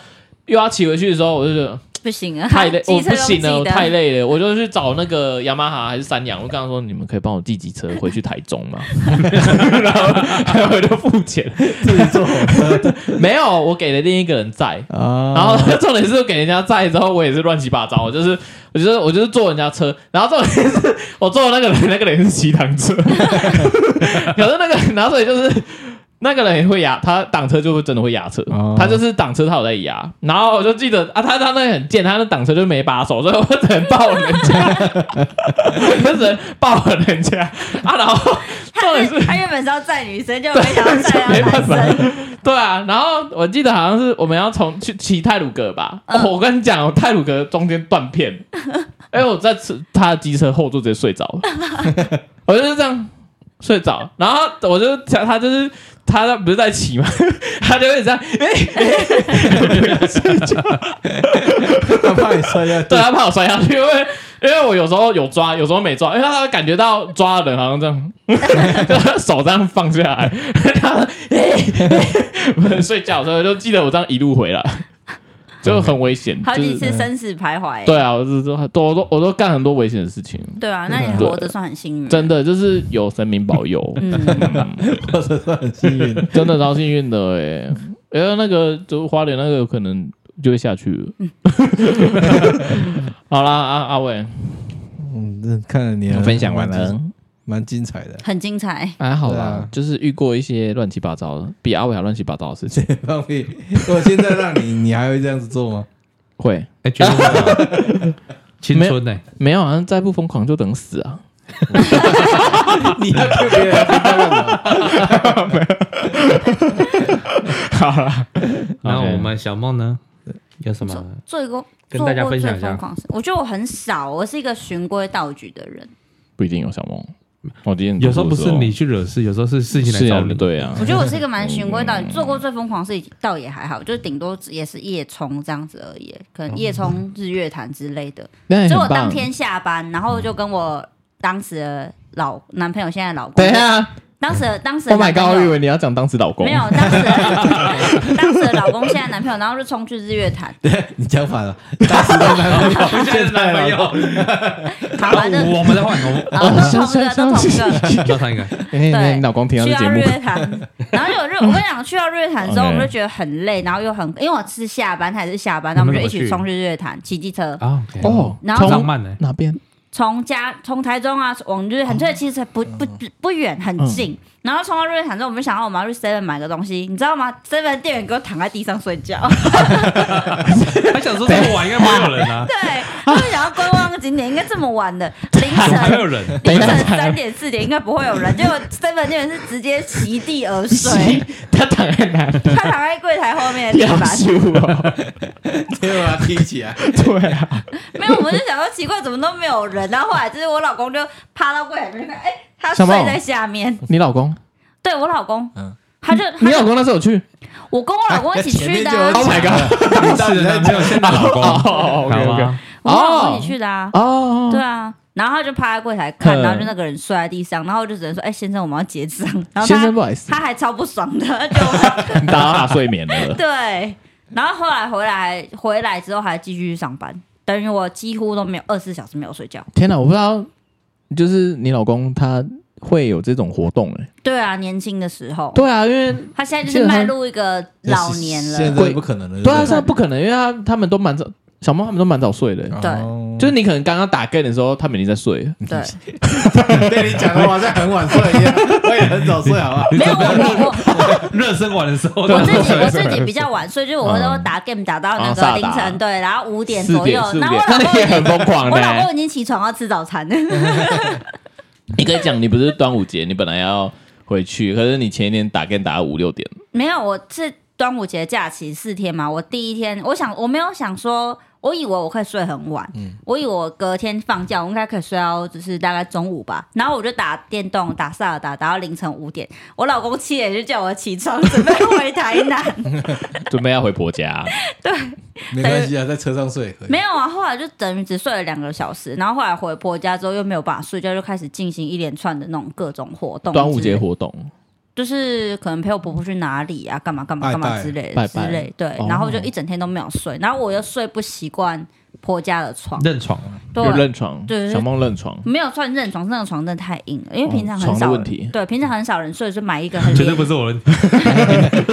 Speaker 2: 又要骑回去的时候，我就觉得。
Speaker 3: 不行啊，
Speaker 2: 太累，我
Speaker 3: 机车
Speaker 2: 不
Speaker 3: 用
Speaker 2: 行了，
Speaker 3: 寄
Speaker 2: 我
Speaker 3: 的
Speaker 2: 太累了，我就去找那个雅马哈还是三洋，我跟他说你们可以帮我寄机车回去台中吗？ 然后然后我就付钱，
Speaker 1: 自己坐火车
Speaker 2: 没有，我给了另一个人载。
Speaker 1: 啊，
Speaker 2: 然后重点是我给人家载之后，我也是乱七八糟，我就是我就是我就是坐人家车，然后重点是我坐的那个人，那个人是骑堂车， 可是那个然后所以就是那个人也会压，他挡车就会真的会压车，
Speaker 1: 哦
Speaker 2: 他就是挡车他有在压，然后我就记得啊，他他那个很贱，他那挡车就没把手，所以我只能抱人家， 我就只能抱人家 啊，然后重点是
Speaker 3: 他他原本是要载女生，就没想到载
Speaker 2: 没
Speaker 3: 到
Speaker 2: 办法
Speaker 3: 男生。
Speaker 2: 对啊，然后我记得好像是我们要从去骑泰鲁格吧、
Speaker 3: 嗯
Speaker 2: 哦我跟你讲，我泰鲁格中间断片，因为我在吃他的机车后座直接睡着了，我就是这样睡着，然后我就想他就是他不是在骑嘛， 他就会这样，哎、
Speaker 1: 他怕你摔下去
Speaker 2: 啊对，他怕我摔下去，因为因因为我有时候有抓，有时候没抓，因为他感觉到抓的人好像这样， 手这样放下来， 欸他欸睡觉的时候就记得我这样一路回来，就很危险。
Speaker 3: 好
Speaker 2: 就是
Speaker 3: 几次生死徘徊、欸
Speaker 2: 嗯对啊，我是说，都我都我都干很多危险的事情，
Speaker 3: 对啊，那你
Speaker 2: 嗯对
Speaker 3: 活着算很幸运。
Speaker 2: 真的就是有神明保佑，
Speaker 3: 嗯，
Speaker 1: 或者是很幸运。
Speaker 2: 真的超幸运的哎、欸。哎、那个就是花莲那个可能就会下去了。
Speaker 3: 嗯
Speaker 2: 好啦，阿阿伟，
Speaker 1: 嗯，这看了你的
Speaker 5: 我分享完了，
Speaker 1: 蛮精彩的。
Speaker 3: 很精彩。
Speaker 2: 还好
Speaker 1: 对
Speaker 2: 啦
Speaker 1: 啊，
Speaker 2: 就是遇过一些乱七八糟的，比阿伟还乱七八糟的事情。
Speaker 1: 放屁！我现在让你，你还会这样子做吗？
Speaker 2: 会
Speaker 4: 哎，绝对会啊青 春呢、
Speaker 2: 没有啊？再不疯狂就等死啊！
Speaker 1: 你要特别人听到干嘛？
Speaker 2: 好啦，
Speaker 4: 那
Speaker 2: OK
Speaker 4: 我们小梦呢？有什么？
Speaker 3: 做一个
Speaker 4: 跟大家
Speaker 3: 做过
Speaker 4: 分享一
Speaker 3: 最
Speaker 4: 下
Speaker 3: 疯狂的事我觉得我很少，我是一个循规蹈矩的人。
Speaker 2: 不一定有小梦。我今天
Speaker 4: 有时候不是你去惹事，有时候是事情来
Speaker 2: 是
Speaker 4: 找
Speaker 2: 啊
Speaker 4: 你。，
Speaker 2: 对啊
Speaker 3: 我，觉得我是一个蛮循规蹈矩，做过最疯狂的事情倒也还好，就是顶多也是夜冲这样子而已，可能夜冲日月潭之类的。
Speaker 2: 哦那也
Speaker 3: 所以我
Speaker 2: 很
Speaker 3: 当
Speaker 2: 棒。
Speaker 3: 天下班，然后就跟我当时的老男朋友，现在的老公，
Speaker 2: 等一下
Speaker 3: 当时的当时的
Speaker 2: ，Oh my
Speaker 3: 男
Speaker 2: god！我
Speaker 3: 朋
Speaker 2: 以
Speaker 3: 友
Speaker 2: 为你要讲当时老公，
Speaker 3: 没有，当时的当时的老公，现在的男朋友，然后就冲去日月 潭，
Speaker 1: 你讲 反了，当时的男 朋友，现在的老公，
Speaker 3: 好反正
Speaker 4: 我们在换，我 们
Speaker 3: 啊，都同个都同个。
Speaker 4: 那他应该
Speaker 2: 哎那 你老公听到
Speaker 3: 去
Speaker 2: 这节
Speaker 3: 到日
Speaker 2: 目，
Speaker 3: 月潭，然后就日，嗯我跟你讲，去到日月潭之后，
Speaker 2: OK
Speaker 3: 我们就觉得很累，然后又很，因为我是下班，他也是下班，然后我们就一起冲日月潭，骑机车，
Speaker 4: 啊，
Speaker 2: 哦，
Speaker 3: 然
Speaker 4: 浪
Speaker 2: 从
Speaker 3: 后
Speaker 4: 漫呢、
Speaker 2: 哪边？
Speaker 3: 从家从台中啊往日月潭，这其实不不不不远，很近。然后冲到日月潭之后，我们就想要我们要去 Seven 买个东西，你知道吗？Seven 店员给我躺在地上睡觉，
Speaker 4: 他想说这么晚应该没有人啊，
Speaker 3: 对，他们想要观光景点，应该这么晚的凌
Speaker 4: 怎么
Speaker 3: 晨
Speaker 4: 还有 人？
Speaker 2: 等一
Speaker 3: 凌
Speaker 2: 下
Speaker 3: 晨三点四点应该不会有人，结果 Seven 店员是直接席地而睡，
Speaker 2: 他躺在哪边？
Speaker 3: 他躺在柜台后面的地
Speaker 2: 要
Speaker 3: 板。
Speaker 2: 修啊！
Speaker 1: 结果把他踢起来，
Speaker 2: 对啊，
Speaker 3: 没有，我们就想说奇怪，怎么都没有人。啊然后后来就是我老公就趴到柜台边看，哎、他
Speaker 2: 小
Speaker 3: 睡
Speaker 2: 猫
Speaker 3: 在下面。
Speaker 2: 你老 公，
Speaker 3: 对我老公，
Speaker 1: 嗯
Speaker 3: 他就
Speaker 2: 你
Speaker 3: 他
Speaker 2: 老
Speaker 3: 就
Speaker 2: 公那时候有去
Speaker 3: 我跟我老公一起
Speaker 1: 前
Speaker 3: 去的、
Speaker 1: 面
Speaker 3: 啊
Speaker 1: 就，
Speaker 2: ？Oh my god！啊
Speaker 4: 当时的男朋友现在 老公，好
Speaker 2: 哦
Speaker 4: 吗？
Speaker 3: 我跟我老公一起去的啊，
Speaker 2: 哦，
Speaker 3: 对啊。然后他就趴在柜台看，
Speaker 2: 嗯
Speaker 3: 然后就那个人睡在地上，然后我就只能说，哎、先生，我们要结账。然后
Speaker 2: 先生
Speaker 3: 他
Speaker 2: 不好意 思，
Speaker 3: 他还超不爽的， 就
Speaker 2: 打到大睡眠了。
Speaker 3: 对。然后后来回来回来之后还继续上班，等于我几乎都没有二十四小时没有睡觉。
Speaker 2: 天哪，我不知道，就是你老公他会有这种活动哎。
Speaker 3: 对啊，年轻的时候，
Speaker 2: 对啊，因为
Speaker 3: 他现在就是迈入一个老年了。
Speaker 1: 现在不可能了。
Speaker 2: 对啊，现在不可能，因为他他们都蛮早，小猫他们都蛮早睡的。
Speaker 3: 对
Speaker 1: 哦
Speaker 2: 就是你啊可能刚刚打 g a 的时候，他们已经在睡了。
Speaker 3: 对，
Speaker 1: 被你讲的好像很晚睡一样，我也很早睡，好吧？
Speaker 3: 没有我我
Speaker 4: 热身完的时 候，
Speaker 3: 我我自己我自己比较晚睡，就是我都打 game 打到那
Speaker 2: 哦萨达
Speaker 3: 个凌晨对，然后五点
Speaker 2: 四
Speaker 3: 左右
Speaker 2: 点四，
Speaker 3: 然后
Speaker 2: 点
Speaker 3: 我，
Speaker 2: 那
Speaker 3: 老
Speaker 2: 你
Speaker 3: 公
Speaker 2: 也
Speaker 3: 已
Speaker 2: 很
Speaker 3: 经
Speaker 2: 疯狂欸
Speaker 3: 我老
Speaker 2: 呢。
Speaker 3: 公已经起床要吃早餐，
Speaker 2: 你可以讲，你不是端午节，你本来要回去，可是你前一天打 g a 打到五六点。
Speaker 3: 没有，我是端午节假期四天嘛，我第一天我想我没有想说。我以为我可以睡很晚，
Speaker 2: 嗯
Speaker 3: 我以为我隔天放假，我应该可以睡到就是大概中午吧。然后我就打电动，打萨尔达，打到凌晨五点。我老公七点就叫我起床，准备回台 南。
Speaker 2: 准备要回婆家，
Speaker 1: 没关系啊，在车上睡也可以。
Speaker 3: 没有啊，后来就等于只睡了两个小时，然后后来回婆家之后又没有办法睡觉，就开始进行一连串的那种各种活动之类的。
Speaker 2: 端午节活动，
Speaker 3: 就是可能陪我婆婆去哪里啊，干嘛干嘛
Speaker 1: 拜
Speaker 3: 干嘛
Speaker 1: 拜
Speaker 3: 之类的
Speaker 2: 拜拜
Speaker 3: 之类，对，
Speaker 2: 哦
Speaker 3: 然后就一整天都没有睡，然后我又睡不习惯婆家的床，
Speaker 2: 嗯
Speaker 4: 认床，啊
Speaker 2: 就
Speaker 3: 对。啊
Speaker 2: 认床，
Speaker 3: 对
Speaker 2: 小梦认床，
Speaker 3: 没有算认床，那个床真的太硬了，因为
Speaker 2: 哦
Speaker 3: 平常很
Speaker 2: 床的
Speaker 3: 少人、
Speaker 2: 问题
Speaker 3: 对，平常很少人睡，就买一 个很
Speaker 4: 绝对
Speaker 3: 廉
Speaker 4: 不是我的。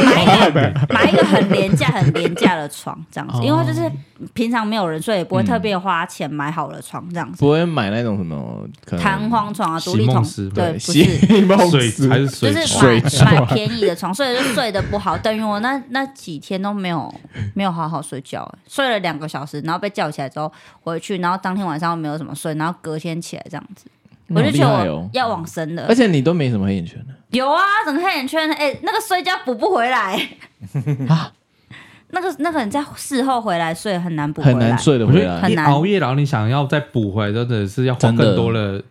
Speaker 3: 买一个买一个很廉价很廉价的床这样子，
Speaker 2: 哦嗯
Speaker 3: 因为就是平常没有人睡，也不会特别花钱买好了床这样子。
Speaker 2: 不会买那种什么可能
Speaker 3: 弹簧床啊，独立
Speaker 4: 席
Speaker 3: 筒
Speaker 4: 梦思，
Speaker 3: 对，
Speaker 4: 对
Speaker 3: 不
Speaker 2: 席
Speaker 3: 是，
Speaker 2: 梦
Speaker 4: 水
Speaker 2: 思
Speaker 4: 还是
Speaker 3: 就
Speaker 4: 水
Speaker 3: 是
Speaker 2: 水
Speaker 3: 买买便宜的床，所以就睡得不好。等于我那那几天都没有没有好好睡觉、欸睡了两个小时，然后被叫起来之后回去，然后当天晚上又没有怎么睡，然后隔天起来这样子，我就
Speaker 2: 厉
Speaker 3: 觉
Speaker 2: 害
Speaker 3: 得我
Speaker 2: 哦，
Speaker 3: 要往生了。
Speaker 2: 而且你都没什么黑眼圈的
Speaker 3: 有啊，整个黑眼圈，哎、那个睡觉补不回来。
Speaker 2: 啊，
Speaker 3: 那个那个你在事后回来睡很难补回
Speaker 2: 很
Speaker 3: 来
Speaker 2: 难，睡得
Speaker 4: 我
Speaker 2: 回
Speaker 4: 觉得
Speaker 2: 来。
Speaker 4: 你熬夜，然后你想要再补回来，真的是要花更多的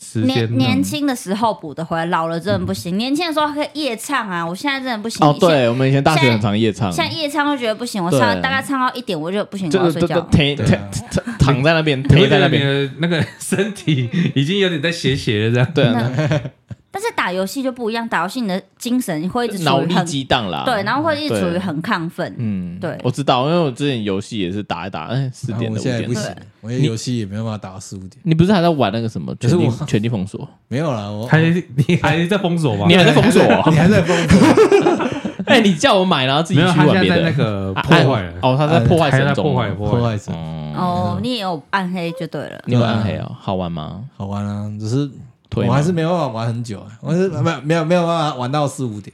Speaker 4: 时间。
Speaker 3: 年年轻的时候补得回来，老了真的不行。年轻的时候可以夜唱啊，我现在真的不行。
Speaker 2: 哦，
Speaker 3: 现在
Speaker 2: 对，我们以前大学很常夜唱，
Speaker 3: 像夜唱就觉得不行，我
Speaker 2: 对
Speaker 3: 唱大概唱到一点我就不行，我要
Speaker 2: 这
Speaker 3: 睡
Speaker 2: 这
Speaker 3: 觉
Speaker 2: 这。停
Speaker 1: 对
Speaker 2: 停
Speaker 1: 啊
Speaker 2: 停躺在那 边，
Speaker 4: 你
Speaker 2: 贴
Speaker 4: 会
Speaker 2: 在
Speaker 4: 觉
Speaker 2: 那
Speaker 4: 得你
Speaker 2: 边。
Speaker 4: 的那个身体已经有点在斜斜了这样。
Speaker 2: 对啊，
Speaker 3: 那 但是打游戏就不一样，打游戏你的精神会一直
Speaker 2: 脑
Speaker 3: 处于
Speaker 2: 力
Speaker 3: 很
Speaker 2: 激荡啦。
Speaker 3: 对，然后会一直
Speaker 2: 对
Speaker 3: 处于很亢奋。
Speaker 2: 嗯，
Speaker 3: 对
Speaker 2: 我知道，因为我之前游戏也是打一打，哎，四点
Speaker 1: 我
Speaker 3: 啊
Speaker 2: 了，五
Speaker 1: 现在也
Speaker 2: 点
Speaker 1: 不
Speaker 2: 了。
Speaker 1: 行，我游戏也没办法打到四五点。
Speaker 2: 你不是还在玩那个什么
Speaker 1: 可
Speaker 2: 全
Speaker 1: 是
Speaker 2: 力
Speaker 1: 我
Speaker 2: 全力封锁？
Speaker 1: 没有啦，我
Speaker 4: 还你还在封锁吗？
Speaker 2: 哦你还在封锁啊？
Speaker 1: 你还在 封锁，
Speaker 2: 哎，你叫我买，然后自己
Speaker 4: 没
Speaker 2: 去
Speaker 4: 有，他
Speaker 2: 玩
Speaker 4: 现
Speaker 2: 别
Speaker 4: 在在
Speaker 2: 的。
Speaker 4: 那个
Speaker 2: 啊
Speaker 4: 破坏
Speaker 2: 哎
Speaker 4: 了，
Speaker 2: 哦，他在破坏
Speaker 4: 还在
Speaker 2: 神
Speaker 4: 破
Speaker 2: 中
Speaker 4: 坏
Speaker 2: 哦。
Speaker 1: 破
Speaker 4: 破坏。
Speaker 1: 坏者，
Speaker 3: 哦，你也有暗黑就对了。
Speaker 2: 你有暗黑哦，好玩吗？
Speaker 1: 好玩啊，只是
Speaker 2: 推吗
Speaker 1: 我还是没办法玩很久啊，我是没有没有没有办法玩到四五点，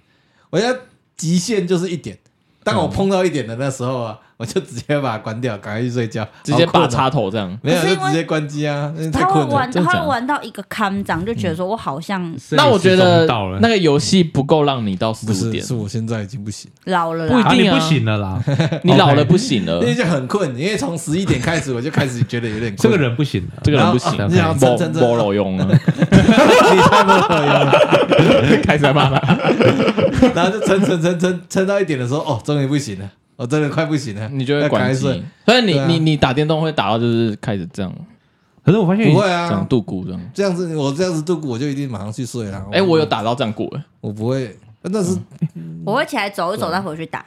Speaker 1: 我现在极限就是一点。当我碰到一点的那时候啊，我就直接把它关掉，赶快去睡觉，
Speaker 2: 直接
Speaker 1: 好困
Speaker 2: 拔
Speaker 1: 哦
Speaker 2: 插头这样。
Speaker 1: 没有，
Speaker 3: 可
Speaker 1: 就
Speaker 3: 是因为
Speaker 1: 直接关机啊，那太
Speaker 3: 他会
Speaker 1: 困了。
Speaker 3: 玩，
Speaker 2: 真的假
Speaker 3: 他
Speaker 2: 的
Speaker 3: 会玩到一个康长，就
Speaker 2: 嗯
Speaker 3: 觉得说我好像
Speaker 2: 那我觉得
Speaker 4: 到了
Speaker 2: 那，个游戏不够让你到四
Speaker 1: 不
Speaker 2: 五
Speaker 1: 是，
Speaker 2: 点
Speaker 1: 是，我现在已经不行，
Speaker 3: 老了
Speaker 2: 不一
Speaker 3: 啦。
Speaker 4: 啊
Speaker 2: 定
Speaker 4: 你
Speaker 2: 啊
Speaker 4: 不行 了啦，
Speaker 2: 你老了
Speaker 4: OK
Speaker 2: 不行了
Speaker 1: 因。为就很困，因为从十一点开始我就开始觉得有点困。
Speaker 4: 这个人不行了，
Speaker 2: 这个人不行
Speaker 1: 然后啊你，想
Speaker 2: 包
Speaker 1: 趁趁趁
Speaker 2: 包老用啊，
Speaker 1: 你太不可以了，
Speaker 2: 开始 在骂他。
Speaker 1: 然后就撑撑撑撑撑到一点的时候，哦，终于不行了，我真的快不行了，
Speaker 2: 你就会
Speaker 1: 要赶
Speaker 2: 关
Speaker 1: 快
Speaker 2: 机
Speaker 1: 睡。。
Speaker 2: 所以你
Speaker 1: 对啊
Speaker 2: 你你打电动会打到就是开始这样
Speaker 4: 可是我发现
Speaker 1: 不会
Speaker 2: 这样
Speaker 1: 啊，
Speaker 2: 度孤这样。
Speaker 1: 这样子我这样子度过，我就一定马上去睡了。
Speaker 2: 哎，我有打到这样过哎。
Speaker 1: 我不会，那是，
Speaker 3: 我会起来走一走，再回去打。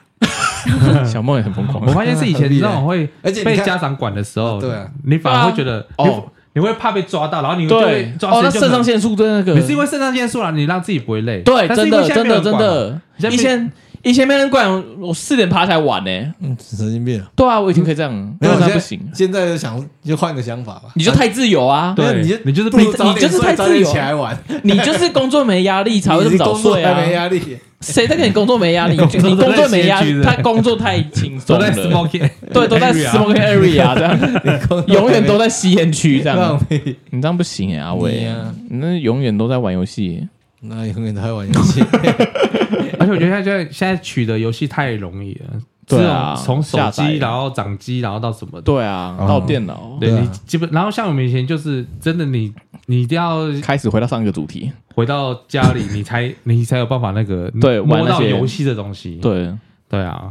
Speaker 2: 小梦也很疯狂
Speaker 4: 嗯我。发现是以前那种会
Speaker 1: 而且你
Speaker 4: 被
Speaker 1: 看
Speaker 4: 家长管的时候，
Speaker 1: 啊对啊，
Speaker 4: 你反而会觉得
Speaker 2: 对啊
Speaker 4: 你
Speaker 2: 哦
Speaker 4: 你会怕被抓到，然后你就
Speaker 2: 对
Speaker 4: 会，抓
Speaker 2: 哦，那
Speaker 4: 时间就
Speaker 2: 肾上
Speaker 4: 很。
Speaker 2: 腺素对那个，
Speaker 4: 你是因为肾上腺素啦，你让自己不会累。
Speaker 2: 对，
Speaker 4: 但是
Speaker 2: 真
Speaker 4: 因为
Speaker 2: 的
Speaker 4: 现在
Speaker 2: 真
Speaker 4: 没有
Speaker 2: 的
Speaker 4: 人
Speaker 2: 真
Speaker 4: 管嘛，
Speaker 2: 的，
Speaker 4: 现在
Speaker 2: 以前以前没人管，我四点爬起来玩呢。
Speaker 1: 嗯神经病啊。
Speaker 2: 对啊，我以前可以这样，
Speaker 1: 没有，现
Speaker 2: 但是
Speaker 1: 在
Speaker 2: 不行，
Speaker 1: 现在就想就换个想法吧。
Speaker 2: 你就太自由啊，
Speaker 4: 对
Speaker 1: 没有你就
Speaker 4: 你就是
Speaker 1: 不如
Speaker 2: 你
Speaker 1: 早点
Speaker 2: 你就是
Speaker 1: 睡
Speaker 2: 太
Speaker 1: 早
Speaker 2: 自
Speaker 1: 点
Speaker 2: 由
Speaker 1: 起来玩，
Speaker 2: 你就是工作没压力才会这么早
Speaker 1: 你
Speaker 2: 睡
Speaker 1: 工作还没
Speaker 2: 啊。
Speaker 1: 压力，
Speaker 2: 谁在给你工作没压力？你就你
Speaker 4: 工作
Speaker 2: 工
Speaker 4: 都在
Speaker 2: 作没压
Speaker 4: 市
Speaker 2: 力，
Speaker 4: 区
Speaker 2: 他
Speaker 4: 的
Speaker 2: 工作太轻松
Speaker 4: 都在
Speaker 2: 了，
Speaker 4: smoking， 啊
Speaker 2: 对，都在 smoking area 啊这 样，
Speaker 1: 你工作
Speaker 2: 永远都在吸烟区这
Speaker 1: 还没
Speaker 2: 样
Speaker 1: 放。屁。
Speaker 2: 你这样不行哎，阿
Speaker 1: 你
Speaker 2: 伟
Speaker 1: 啊，
Speaker 2: 你那永远都在玩游戏。
Speaker 1: 那永远都在玩游戏，
Speaker 4: 而且我觉得现在现在取得游戏太容易了，
Speaker 2: 对啊
Speaker 4: 这种从手
Speaker 2: 下载
Speaker 4: 机然后掌机然后到什么的，
Speaker 2: 对啊，
Speaker 1: 哦
Speaker 2: 到电脑
Speaker 4: 对
Speaker 1: 对啊
Speaker 4: 你基本，然后像我们以前就是真的你，你一定要
Speaker 2: 开始回到上一个主题，
Speaker 4: 回到家里，你才你才有办法那个
Speaker 2: 对玩
Speaker 4: 摸
Speaker 2: 那
Speaker 4: 到
Speaker 2: 些
Speaker 4: 游戏的东西。
Speaker 2: 对。
Speaker 4: 对啊，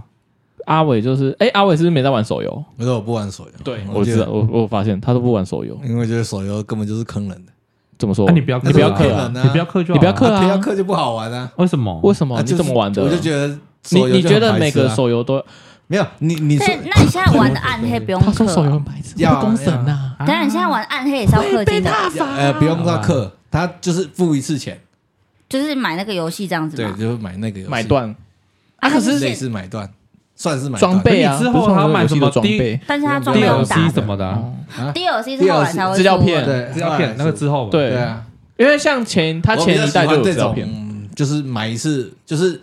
Speaker 2: 阿伟就是，哎、阿伟是不是没在玩手游？
Speaker 1: 我说我不玩手游，
Speaker 2: 我知道，，我我发现他都不玩手游。
Speaker 1: 因为觉得手游根本就是坑人的，
Speaker 2: 怎么说？
Speaker 4: 那你不要
Speaker 2: 你不要
Speaker 4: 氪
Speaker 2: 氪
Speaker 1: 啊
Speaker 2: 啊！
Speaker 1: 那
Speaker 4: 你不要氪就
Speaker 2: 哦
Speaker 4: 好
Speaker 2: 你不要氪
Speaker 1: 啊
Speaker 2: 啊
Speaker 1: 不要氪就不好玩啊。
Speaker 4: 为什么？
Speaker 2: 为什么？
Speaker 1: 啊
Speaker 2: 你怎么玩的？
Speaker 1: 我就觉得
Speaker 2: 你
Speaker 1: 手游
Speaker 2: 你
Speaker 1: 就很
Speaker 2: 觉得
Speaker 1: 白痴啊
Speaker 2: 每个手游都
Speaker 1: 没有你你说
Speaker 3: 对，那你现在玩的暗黑不用
Speaker 2: 他说手游
Speaker 3: 氪啊，
Speaker 2: 很白痴，
Speaker 1: 要啊
Speaker 2: 我的公审呐、
Speaker 4: 啊
Speaker 3: 当然你现在玩暗黑也是要氪金的，啊
Speaker 1: 呃不用到氪，他就是付一次钱，
Speaker 3: 就是买那个游戏这样子
Speaker 1: 对，
Speaker 3: 嘛。
Speaker 1: 就是买那个游戏
Speaker 2: 买断
Speaker 3: 啊，可
Speaker 1: 类
Speaker 3: 是
Speaker 1: 似买断，算是买断
Speaker 2: 装备啊，
Speaker 4: 那你之后
Speaker 2: 不是
Speaker 4: 还要买
Speaker 2: 游戏
Speaker 4: 什么
Speaker 2: 的装备？
Speaker 3: 但是它装备用打
Speaker 4: DLC 什么的
Speaker 2: 哦
Speaker 4: 啊，
Speaker 3: DLC 是后来才会出的
Speaker 2: 资料片
Speaker 1: 对
Speaker 4: 资料片那个之后嘛，
Speaker 2: 对
Speaker 1: 对啊，
Speaker 2: 因为像前他
Speaker 1: 我
Speaker 2: 前一代就有
Speaker 1: 比较喜欢
Speaker 2: 资
Speaker 1: 这
Speaker 2: 料
Speaker 1: 种
Speaker 2: 片，
Speaker 1: 嗯就是买一次就是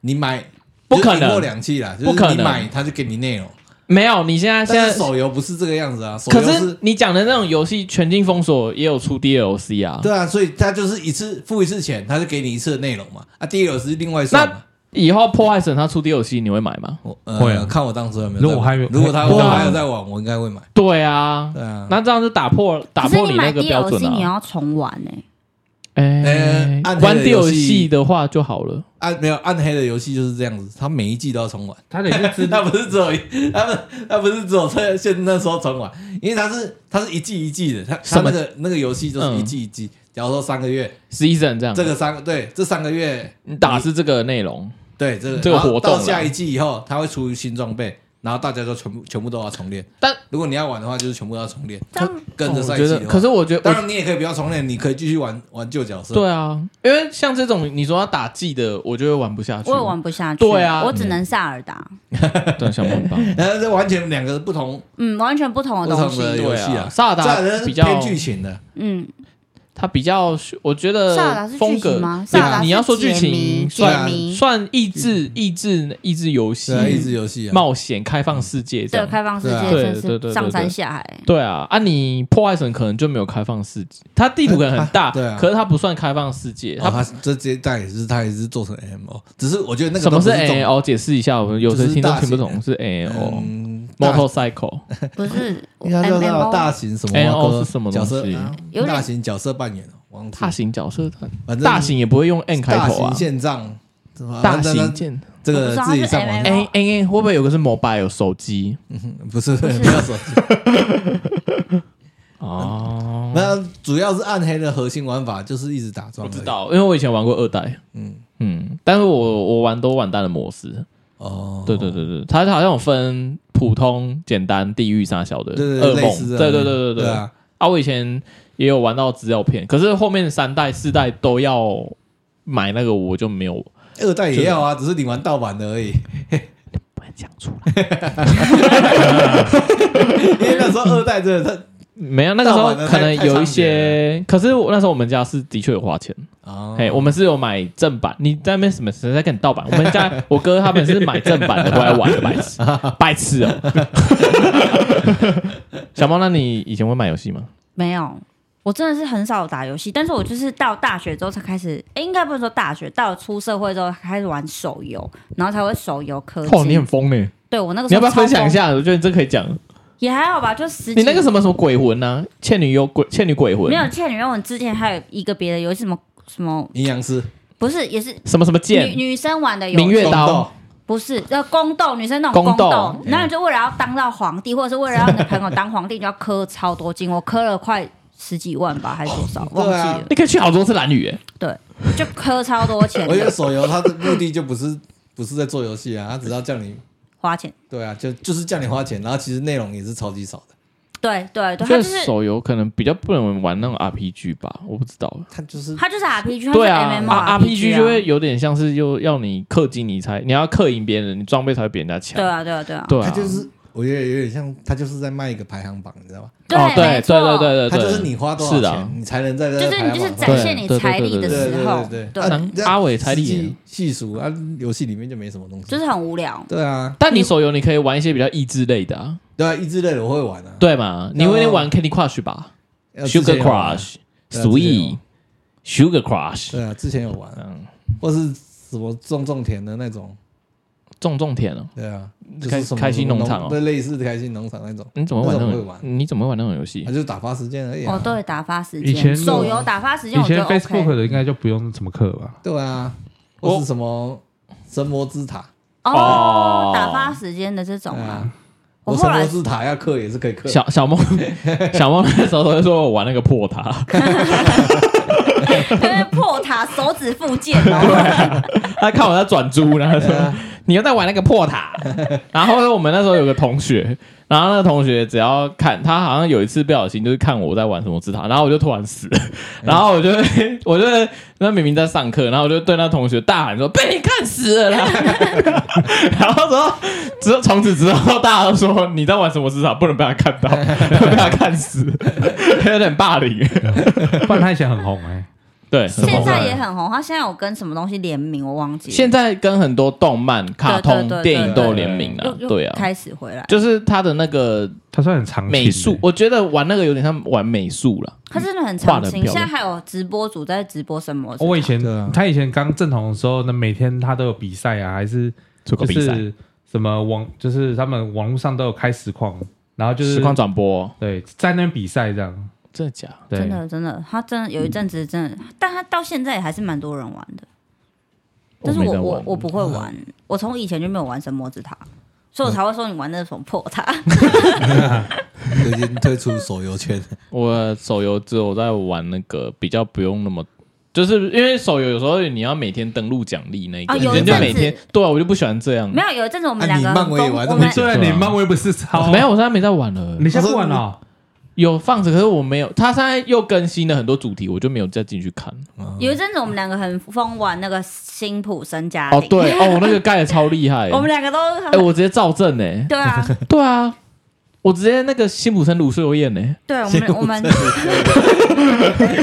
Speaker 1: 你买
Speaker 2: 不可能
Speaker 1: 就是赢过两期啦，就是
Speaker 2: 不可能
Speaker 1: 你买他就给你内容，
Speaker 2: 没有。你现在现
Speaker 1: 但是
Speaker 2: 在，
Speaker 1: 手游不是这个样子啊，手
Speaker 2: 可
Speaker 1: 游
Speaker 2: 是你讲的那种游戏《全境封锁》也有出 DLC 啊。
Speaker 1: 对啊，所以他就是一次付一次钱，他就给你一次的内容嘛，啊，DLC 是另外算嘛。
Speaker 2: 以后破坏神他出 DLC，你会买吗？
Speaker 1: 我呃
Speaker 4: 会啊
Speaker 1: 看我当时有没有在玩。
Speaker 4: 如果还有
Speaker 1: 如果他
Speaker 4: 对
Speaker 1: 我
Speaker 4: 啊
Speaker 1: 还有在玩，我应该会买。
Speaker 2: 对啊，
Speaker 1: 对啊，
Speaker 2: 那这样就打破打
Speaker 3: 可是
Speaker 2: 破
Speaker 3: 你
Speaker 2: 那
Speaker 3: 买
Speaker 2: 个标准
Speaker 3: DLC 你
Speaker 2: 啊！
Speaker 3: 要重玩欸呢。
Speaker 2: 哎
Speaker 1: 呃，暗黑
Speaker 2: 玩
Speaker 1: 的游戏
Speaker 2: DLC 的话就好了。
Speaker 1: 暗啊没有暗黑的游戏就是这样子，他每一季都要 重玩。
Speaker 4: 他得是知
Speaker 1: 他不是只有一，他不他不是只有在现那时候重玩，因为他是他是一季一季的，他
Speaker 2: 什
Speaker 1: 他
Speaker 2: 么
Speaker 1: 那个那个游戏就是一季一季。假如说三个月，
Speaker 2: season 这样，
Speaker 1: 这个三个对这三个月
Speaker 2: 你打是这个内容，
Speaker 1: 对这个啊
Speaker 2: 这个
Speaker 1: 然后
Speaker 2: 活动
Speaker 1: 到
Speaker 2: 啦
Speaker 1: 下一季以后，他会出新装备，然后大家都全部全部都要重练。
Speaker 2: 但
Speaker 1: 如果你要玩的话，就是全部要重练，
Speaker 3: 这样
Speaker 1: 跟着
Speaker 2: 哦我
Speaker 1: 赛季
Speaker 2: 觉
Speaker 1: 的
Speaker 2: 得，
Speaker 1: 话。
Speaker 2: 可是我觉得
Speaker 1: 当
Speaker 2: 我，
Speaker 1: 然你也可以不要重练，你可以继续玩玩旧角色。
Speaker 2: 对啊，因为像这种你说要打季的，我就会玩不下去。
Speaker 3: 我也玩不下去，
Speaker 2: 对啊
Speaker 3: 我只能萨尔达，
Speaker 2: 对，想办法。
Speaker 1: 然后这完全两个不同
Speaker 3: 嗯，完全不同
Speaker 1: 不
Speaker 3: 的东
Speaker 1: 同
Speaker 3: 西。
Speaker 1: 的游戏
Speaker 2: 对
Speaker 1: 啊
Speaker 2: 啊。萨尔达
Speaker 1: 萨尔达是
Speaker 2: 比较
Speaker 1: 偏剧情的，
Speaker 3: 嗯，
Speaker 2: 它比较，我觉
Speaker 3: 萨尔达
Speaker 2: 得
Speaker 3: 是
Speaker 2: 呃风
Speaker 3: 剧情
Speaker 2: 格
Speaker 3: 吗？
Speaker 2: 对
Speaker 3: 萨尔达
Speaker 2: 你
Speaker 3: 是
Speaker 2: 要说剧
Speaker 3: 解谜
Speaker 2: 情
Speaker 1: 算
Speaker 3: 解谜，
Speaker 2: 算益智、益智、益智游戏
Speaker 1: 是、嗯啊，益智游戏啊。
Speaker 2: 冒险、开放世界这
Speaker 3: 嗯对，
Speaker 2: 样。
Speaker 3: 开放世
Speaker 1: 对啊
Speaker 3: 界
Speaker 2: 对
Speaker 3: 真
Speaker 2: 对对
Speaker 3: 是
Speaker 2: 对
Speaker 3: 上
Speaker 2: 对
Speaker 3: 山下海。欸
Speaker 2: 对啊，啊，你破坏神可能就没有开放世界，它地图可 能很大，
Speaker 1: 它对啊
Speaker 2: 可是它不算开放世界，
Speaker 1: 哦，
Speaker 2: 它
Speaker 1: 他这这代也是，他也是做成 M O，只是我觉得那个
Speaker 2: 什么
Speaker 1: 都不
Speaker 2: 是
Speaker 1: 是
Speaker 2: A
Speaker 1: 重
Speaker 2: O？解释一下，我们有
Speaker 1: 就
Speaker 2: 些
Speaker 1: 是
Speaker 2: 听众
Speaker 1: 大
Speaker 2: 听不
Speaker 1: 型
Speaker 2: 懂是 A O
Speaker 1: 嗯，
Speaker 2: 哦
Speaker 1: 大
Speaker 2: motorcycle
Speaker 3: 不是
Speaker 1: 应该叫
Speaker 3: M M
Speaker 1: 做
Speaker 3: O
Speaker 1: 大型什么
Speaker 2: NO
Speaker 1: 歌
Speaker 2: 是什么
Speaker 1: 角
Speaker 2: 东
Speaker 1: 色
Speaker 2: 西？
Speaker 1: 啊
Speaker 3: 有点
Speaker 1: 大型角色扮演，忘记
Speaker 2: 大型角色，
Speaker 1: 反正
Speaker 2: 大型也不会用 N 开
Speaker 1: 大
Speaker 2: 头
Speaker 1: 型
Speaker 2: 啊。
Speaker 1: 线上怎么
Speaker 2: 大
Speaker 1: 那那
Speaker 2: 型
Speaker 1: 那
Speaker 2: 舰
Speaker 1: 这
Speaker 3: 我不
Speaker 1: 个
Speaker 3: 知道
Speaker 1: 自己
Speaker 3: 它是
Speaker 1: 上网
Speaker 3: MMO
Speaker 2: 哎哎哎，会不会有个是 mobile 手机？
Speaker 1: 不是
Speaker 3: 是
Speaker 1: 没有手机，
Speaker 2: 哦，
Speaker 1: 那主要是暗黑的核心玩法就是一直打桩而
Speaker 2: 我
Speaker 1: 已。
Speaker 2: 知道，因为我以前玩过二代，
Speaker 1: 嗯
Speaker 2: 嗯嗯，但是我我玩都玩单的模式，
Speaker 1: 哦，
Speaker 2: 对对对对，它好像有分普通、简单、地狱、啥小的
Speaker 1: 对对
Speaker 2: 噩
Speaker 1: 类似
Speaker 2: 梦，
Speaker 1: 这
Speaker 2: 对
Speaker 1: 样
Speaker 2: 对对对
Speaker 1: 对啊，
Speaker 2: 啊，我以前也有玩到资料片，可是后面三代、四代都要买那个，我就没有
Speaker 1: 二代也要啊，只是你玩盗版的而已。
Speaker 2: 不能讲出来。
Speaker 1: 因为那时候二代真的
Speaker 2: 没有，那个时
Speaker 1: 盗
Speaker 2: 候
Speaker 1: 版的
Speaker 2: 可能
Speaker 1: 太
Speaker 2: 有一些，可是我那时候我们家是的确有花钱，
Speaker 1: 他哦
Speaker 2: 哎、我们是有买正版，你在那边什么谁在跟你盗版？我们 家我哥他们是买正版的回来玩的，白痴，白痴哦、 小猫，那你以前会买游戏吗？
Speaker 3: 没有，我真的是很少打游戏，但是我就是到大学之后才开始，哎、应该不是说大学，到了出社会之后开始玩手游，然后才会手游氪金。
Speaker 2: 疯呢、
Speaker 3: 对我那个
Speaker 2: 哦你
Speaker 3: 时
Speaker 2: 要
Speaker 3: 候
Speaker 2: 不要分
Speaker 3: 超
Speaker 2: 享一
Speaker 3: 疯？
Speaker 2: 下？我觉得你这可以讲。
Speaker 3: 也还好吧，就十几
Speaker 2: 你那个什么什么鬼魂呢、啊？倩女幽鬼，倩女鬼魂，
Speaker 3: 没有倩女幽魂之前还有一个别的游戏，什么什么
Speaker 1: 阴阳师
Speaker 3: 不是也是
Speaker 2: 什么什么
Speaker 3: 女
Speaker 2: 剑，
Speaker 3: 女生玩的游
Speaker 2: 明
Speaker 3: 戏，
Speaker 2: 月刀，
Speaker 3: 不是呃宫斗，女生那种宫
Speaker 2: 宫
Speaker 3: 斗，
Speaker 2: 斗
Speaker 3: 然后你就为了要当到皇帝，或者是为了让你的朋友当皇帝，你就要氪超多金，我氪了快十几万吧，还是多少，忘记了。
Speaker 2: 你可以去好多次蓝雨、欸，
Speaker 3: 对，就氪超多钱
Speaker 1: 斗。我觉得
Speaker 3: 的，
Speaker 1: 手游它的目的就不是不是在做游戏啊，它只要叫你
Speaker 3: 花钱。
Speaker 1: 对啊，就就是叫你花钱，然后其实内容也是超级少的，
Speaker 3: 对对对，
Speaker 2: 这
Speaker 3: 他就是
Speaker 2: 手游可能比较不能玩那种 RPG 吧，我不知道。
Speaker 1: 它就是
Speaker 3: 他就是 RPG，他是
Speaker 2: 对啊
Speaker 3: MMO、
Speaker 2: 啊
Speaker 3: RPG
Speaker 2: ，RPG 就会有点像是又要你氪金，你才你要氪赢别人，你装备才会比人家强
Speaker 3: 对。啊对啊对啊，
Speaker 2: 对啊，
Speaker 1: 它就是我觉得有点像，它就是在卖一个排行榜，你知道吧？
Speaker 2: 哦，对
Speaker 3: 没
Speaker 2: 对对
Speaker 3: 错
Speaker 2: 对对，
Speaker 1: 它
Speaker 2: 对
Speaker 1: 就是你花多少
Speaker 2: 是啊
Speaker 1: 钱，你才能在这
Speaker 3: 就
Speaker 1: 个
Speaker 3: 是
Speaker 1: 排
Speaker 3: 你
Speaker 1: 行
Speaker 3: 就是
Speaker 1: 榜上
Speaker 3: 展现你财力的时候，
Speaker 1: 对对对
Speaker 3: 对，
Speaker 2: 对对阿伟才厉害
Speaker 1: 实际细数啊，游戏里面就没什么东西，
Speaker 3: 就是很无聊。
Speaker 1: 对啊，
Speaker 2: 但你手游你可以玩一些比较益智类的啊，
Speaker 1: 对啊，益智类的我会玩啊，
Speaker 2: 对嘛？你会玩 Candy Crush 吧
Speaker 1: 呃之前
Speaker 2: ？Sugar
Speaker 1: 有玩对
Speaker 2: Crush、
Speaker 1: 啊之前有
Speaker 2: Sweet、Sugar Crush，
Speaker 1: 对啊，之前有玩，
Speaker 2: 嗯，
Speaker 1: 或是什么种种田的那种，
Speaker 2: 种种田哦。
Speaker 1: 对啊，就
Speaker 2: 开
Speaker 1: 是什么
Speaker 2: 开心农场哦
Speaker 1: 对，类似的开心农场那种，
Speaker 2: 你怎么玩
Speaker 1: 那
Speaker 2: 那
Speaker 1: 种
Speaker 2: 种
Speaker 1: 会玩？
Speaker 2: 你怎么会玩那种游戏
Speaker 1: 那？就打发时间而已啊。
Speaker 3: 哦，对，打发时
Speaker 4: 以
Speaker 3: 间，
Speaker 4: 前
Speaker 3: 手游打发时间，
Speaker 4: 以
Speaker 3: 我觉
Speaker 4: 前
Speaker 3: 得
Speaker 4: Facebook
Speaker 3: OK。
Speaker 4: 的应该就不用怎么氪吧？
Speaker 1: 对啊，
Speaker 2: 我
Speaker 1: 或是什么神魔之塔，
Speaker 3: 哦，打发时间的这种
Speaker 1: 对
Speaker 3: 啊
Speaker 1: 啊，，
Speaker 3: 我
Speaker 1: 我
Speaker 3: 后
Speaker 1: 神
Speaker 3: 来
Speaker 1: 魔之塔要氪也是可以氪，
Speaker 2: 小 小梦，小梦那时候都说我玩那个破塔，
Speaker 3: 因为破塔手指附件
Speaker 1: 啊
Speaker 3: 哦，
Speaker 2: 他看我在转租，然后他说你又在玩那个破 塔。然后呢，我们那时候有个同学，然后那个同学只要看他好像有一次不小心就是看我在玩什么之塔，然后我就突然死了，然后我就 我就那明明在上课，然后我就对那同学大喊说被你看死 了啦。然后说之后从此之后大家都说你在玩什么之塔，不能被他看到，会被他看 死，有点霸凌。
Speaker 4: 不然他以前很红哎、
Speaker 2: 对，很
Speaker 3: 现
Speaker 2: 红
Speaker 3: 在也很红。他现在有跟什么东西联名，我忘记了，
Speaker 2: 现在跟很多动漫、卡通
Speaker 3: 对对对、
Speaker 2: 电影都有联名啊
Speaker 3: 又，又
Speaker 2: 对啊，
Speaker 3: 开始回来，
Speaker 2: 就是他的那个
Speaker 4: 他算很长
Speaker 2: 美术，我觉得玩那个有点像玩美术了。
Speaker 3: 他真的很
Speaker 2: 画
Speaker 3: 长
Speaker 2: 得很
Speaker 3: 青。
Speaker 2: 漂
Speaker 3: 现在
Speaker 2: 亮
Speaker 3: 还有直播主在直播什么？
Speaker 4: 我以前、
Speaker 1: 对啊
Speaker 4: 他以前刚正统的时候，那每天他都有比赛啊，还是
Speaker 2: 这个
Speaker 4: 就
Speaker 2: 比赛，
Speaker 4: 是什么网，就是他们网络上都有开实况，然后就是
Speaker 2: 实况转播，
Speaker 4: 对在那边比赛这样。
Speaker 2: 真的假？
Speaker 4: 对，
Speaker 3: 哦真的真的，他真的有一阵子真的，但他到现在也还是蛮多人玩的。但是
Speaker 2: 没
Speaker 3: 我
Speaker 2: 在
Speaker 3: 我
Speaker 2: 玩
Speaker 3: 我不会玩，我从以前就没有玩神魔之塔，所以
Speaker 2: 嗯
Speaker 3: 我才会说你玩那种破塔。
Speaker 1: 我 已经退出手游圈。
Speaker 2: 我手游只有在玩那个比较不用那么。就是因为手游有时候你要每天登录奖励那一
Speaker 3: 啊
Speaker 2: 个，
Speaker 3: 有
Speaker 1: 一
Speaker 2: 人就
Speaker 1: 阵
Speaker 2: 每
Speaker 3: 子
Speaker 2: 天对啊，我就不喜欢这样。
Speaker 3: 没有有一阵子我们
Speaker 1: 啊
Speaker 3: 两
Speaker 1: 你
Speaker 3: 个
Speaker 1: 漫
Speaker 3: 很
Speaker 1: 威也
Speaker 3: 疯，
Speaker 1: 玩
Speaker 3: 我
Speaker 1: 那么
Speaker 3: 们
Speaker 1: 久
Speaker 4: 对，你漫威不是超
Speaker 2: 没有，？我现在没在玩了。
Speaker 4: 你现在不玩了、
Speaker 2: 有放着，可是我没有。他现在又更新了很多主题，我就没有再进去看。
Speaker 3: 有一阵子我们两个很疯玩那个辛普森家
Speaker 2: 哦
Speaker 3: 庭，，
Speaker 2: 对哦，我那个盖的超厉害
Speaker 3: 啊 。我们两个都
Speaker 2: 哎，
Speaker 3: 很
Speaker 2: 我直接照正哎。
Speaker 3: 对啊，
Speaker 2: 对啊，我直接那个辛普森卢秀燕呢、
Speaker 3: 对我们我们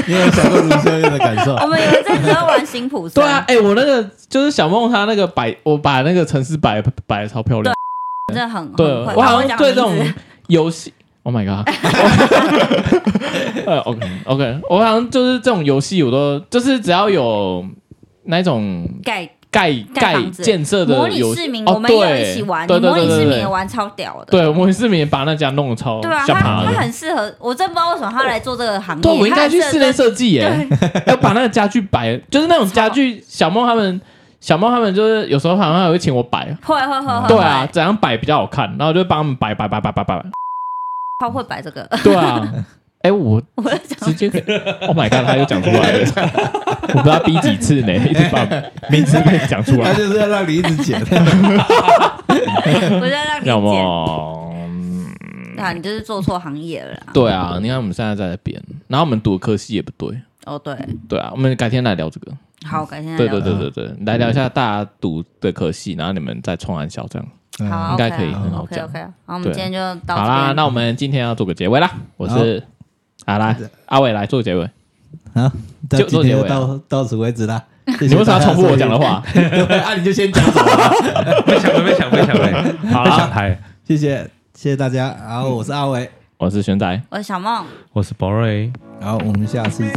Speaker 1: 你有想过卢修燕的感受？
Speaker 3: 我们有一阵子要玩辛普森，
Speaker 2: 对啊，哎、我那个就是小梦她那个摆，我把那个城市摆摆的超漂亮。
Speaker 3: 真的很
Speaker 2: 对，
Speaker 3: 很会
Speaker 2: 我好
Speaker 3: 会
Speaker 2: 像
Speaker 3: 讲
Speaker 2: 对这种
Speaker 3: 名字
Speaker 2: 游戏，Oh my god！呃，OK OK，我好像就是这种游戏，我都就是只要有那种
Speaker 3: 盖
Speaker 2: 盖
Speaker 3: 盖
Speaker 2: 盖
Speaker 3: 房子
Speaker 2: 建设
Speaker 3: 模
Speaker 2: 的
Speaker 3: 拟
Speaker 2: 游
Speaker 3: 市
Speaker 2: 戏，
Speaker 3: 民，
Speaker 2: 哦
Speaker 3: 我们也有
Speaker 2: 对
Speaker 3: 一起玩，你
Speaker 2: 对对
Speaker 3: 模拟
Speaker 2: 对
Speaker 3: 市
Speaker 2: 对
Speaker 3: 民也
Speaker 2: 对，
Speaker 3: 玩超屌的。
Speaker 2: 对模拟市民也把那家弄得超
Speaker 3: 对啊，
Speaker 2: 像
Speaker 3: 他
Speaker 2: 爬
Speaker 3: 他
Speaker 2: 的。
Speaker 3: 很适合，我真不知道为什么他来做这个行业。
Speaker 2: 对，我应该去
Speaker 3: 他很适
Speaker 2: 室
Speaker 3: 合
Speaker 2: 内设计耶、要把那个家具摆，就是那种家具。小梦他们小猫他们就是有时候好像还会请我摆，
Speaker 3: 会会会会，
Speaker 2: 对啊，
Speaker 3: 会，
Speaker 2: 怎样摆比较好看，然后我就帮他们摆摆摆摆摆摆，
Speaker 3: 他会摆这个，
Speaker 2: 对啊，哎我
Speaker 3: 我在讲
Speaker 2: 直接给，Oh my god，他又讲出来了，我不知道逼几次呢，一直把名字被讲出
Speaker 1: 他
Speaker 2: 来，
Speaker 1: 就是要让你一直 剪，
Speaker 3: 我在让你
Speaker 2: 要
Speaker 3: 剪，
Speaker 2: 么。嗯
Speaker 3: 对啊，你就是做错行业了啦。
Speaker 2: 对啊，你看我们现在在那边，然后我们读的科系也不对，
Speaker 3: 哦，对，
Speaker 2: 对啊，我们改天来聊这个。
Speaker 3: 好，改天再
Speaker 2: 对
Speaker 3: 聊
Speaker 2: 对对对对，来聊一下大家读的科系，然后你们再冲安小这样。
Speaker 1: 嗯
Speaker 2: 嗯
Speaker 3: 好，
Speaker 2: 应该可以很好
Speaker 3: OK
Speaker 2: 讲
Speaker 3: OK，好，我们
Speaker 2: 对
Speaker 3: 今天就到
Speaker 2: 好
Speaker 3: 这
Speaker 2: 啦，
Speaker 3: 边。
Speaker 2: 那我们今天要做个结尾啦。我是好啦，阿伟来做个结尾。
Speaker 1: 好，到
Speaker 2: 就
Speaker 1: 今
Speaker 2: 做结
Speaker 1: 天
Speaker 2: 尾
Speaker 1: 就
Speaker 2: 啊
Speaker 1: 到到此为止啦。你
Speaker 2: 你为啥要重复我讲的？话？
Speaker 1: 对啊，你就先讲走了。
Speaker 4: 被抢了，被抢，被抢 了，
Speaker 2: 好
Speaker 4: 被抢
Speaker 2: 啦，
Speaker 4: 台。
Speaker 1: 谢谢，谢谢大家。然后我是阿伟，
Speaker 2: 我是玄仔，
Speaker 3: 我是小梦，
Speaker 4: 我是博瑞，
Speaker 1: 然后我们下次再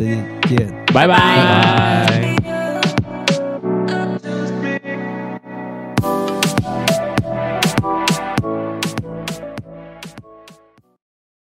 Speaker 1: 见。
Speaker 2: 拜拜
Speaker 4: 拜。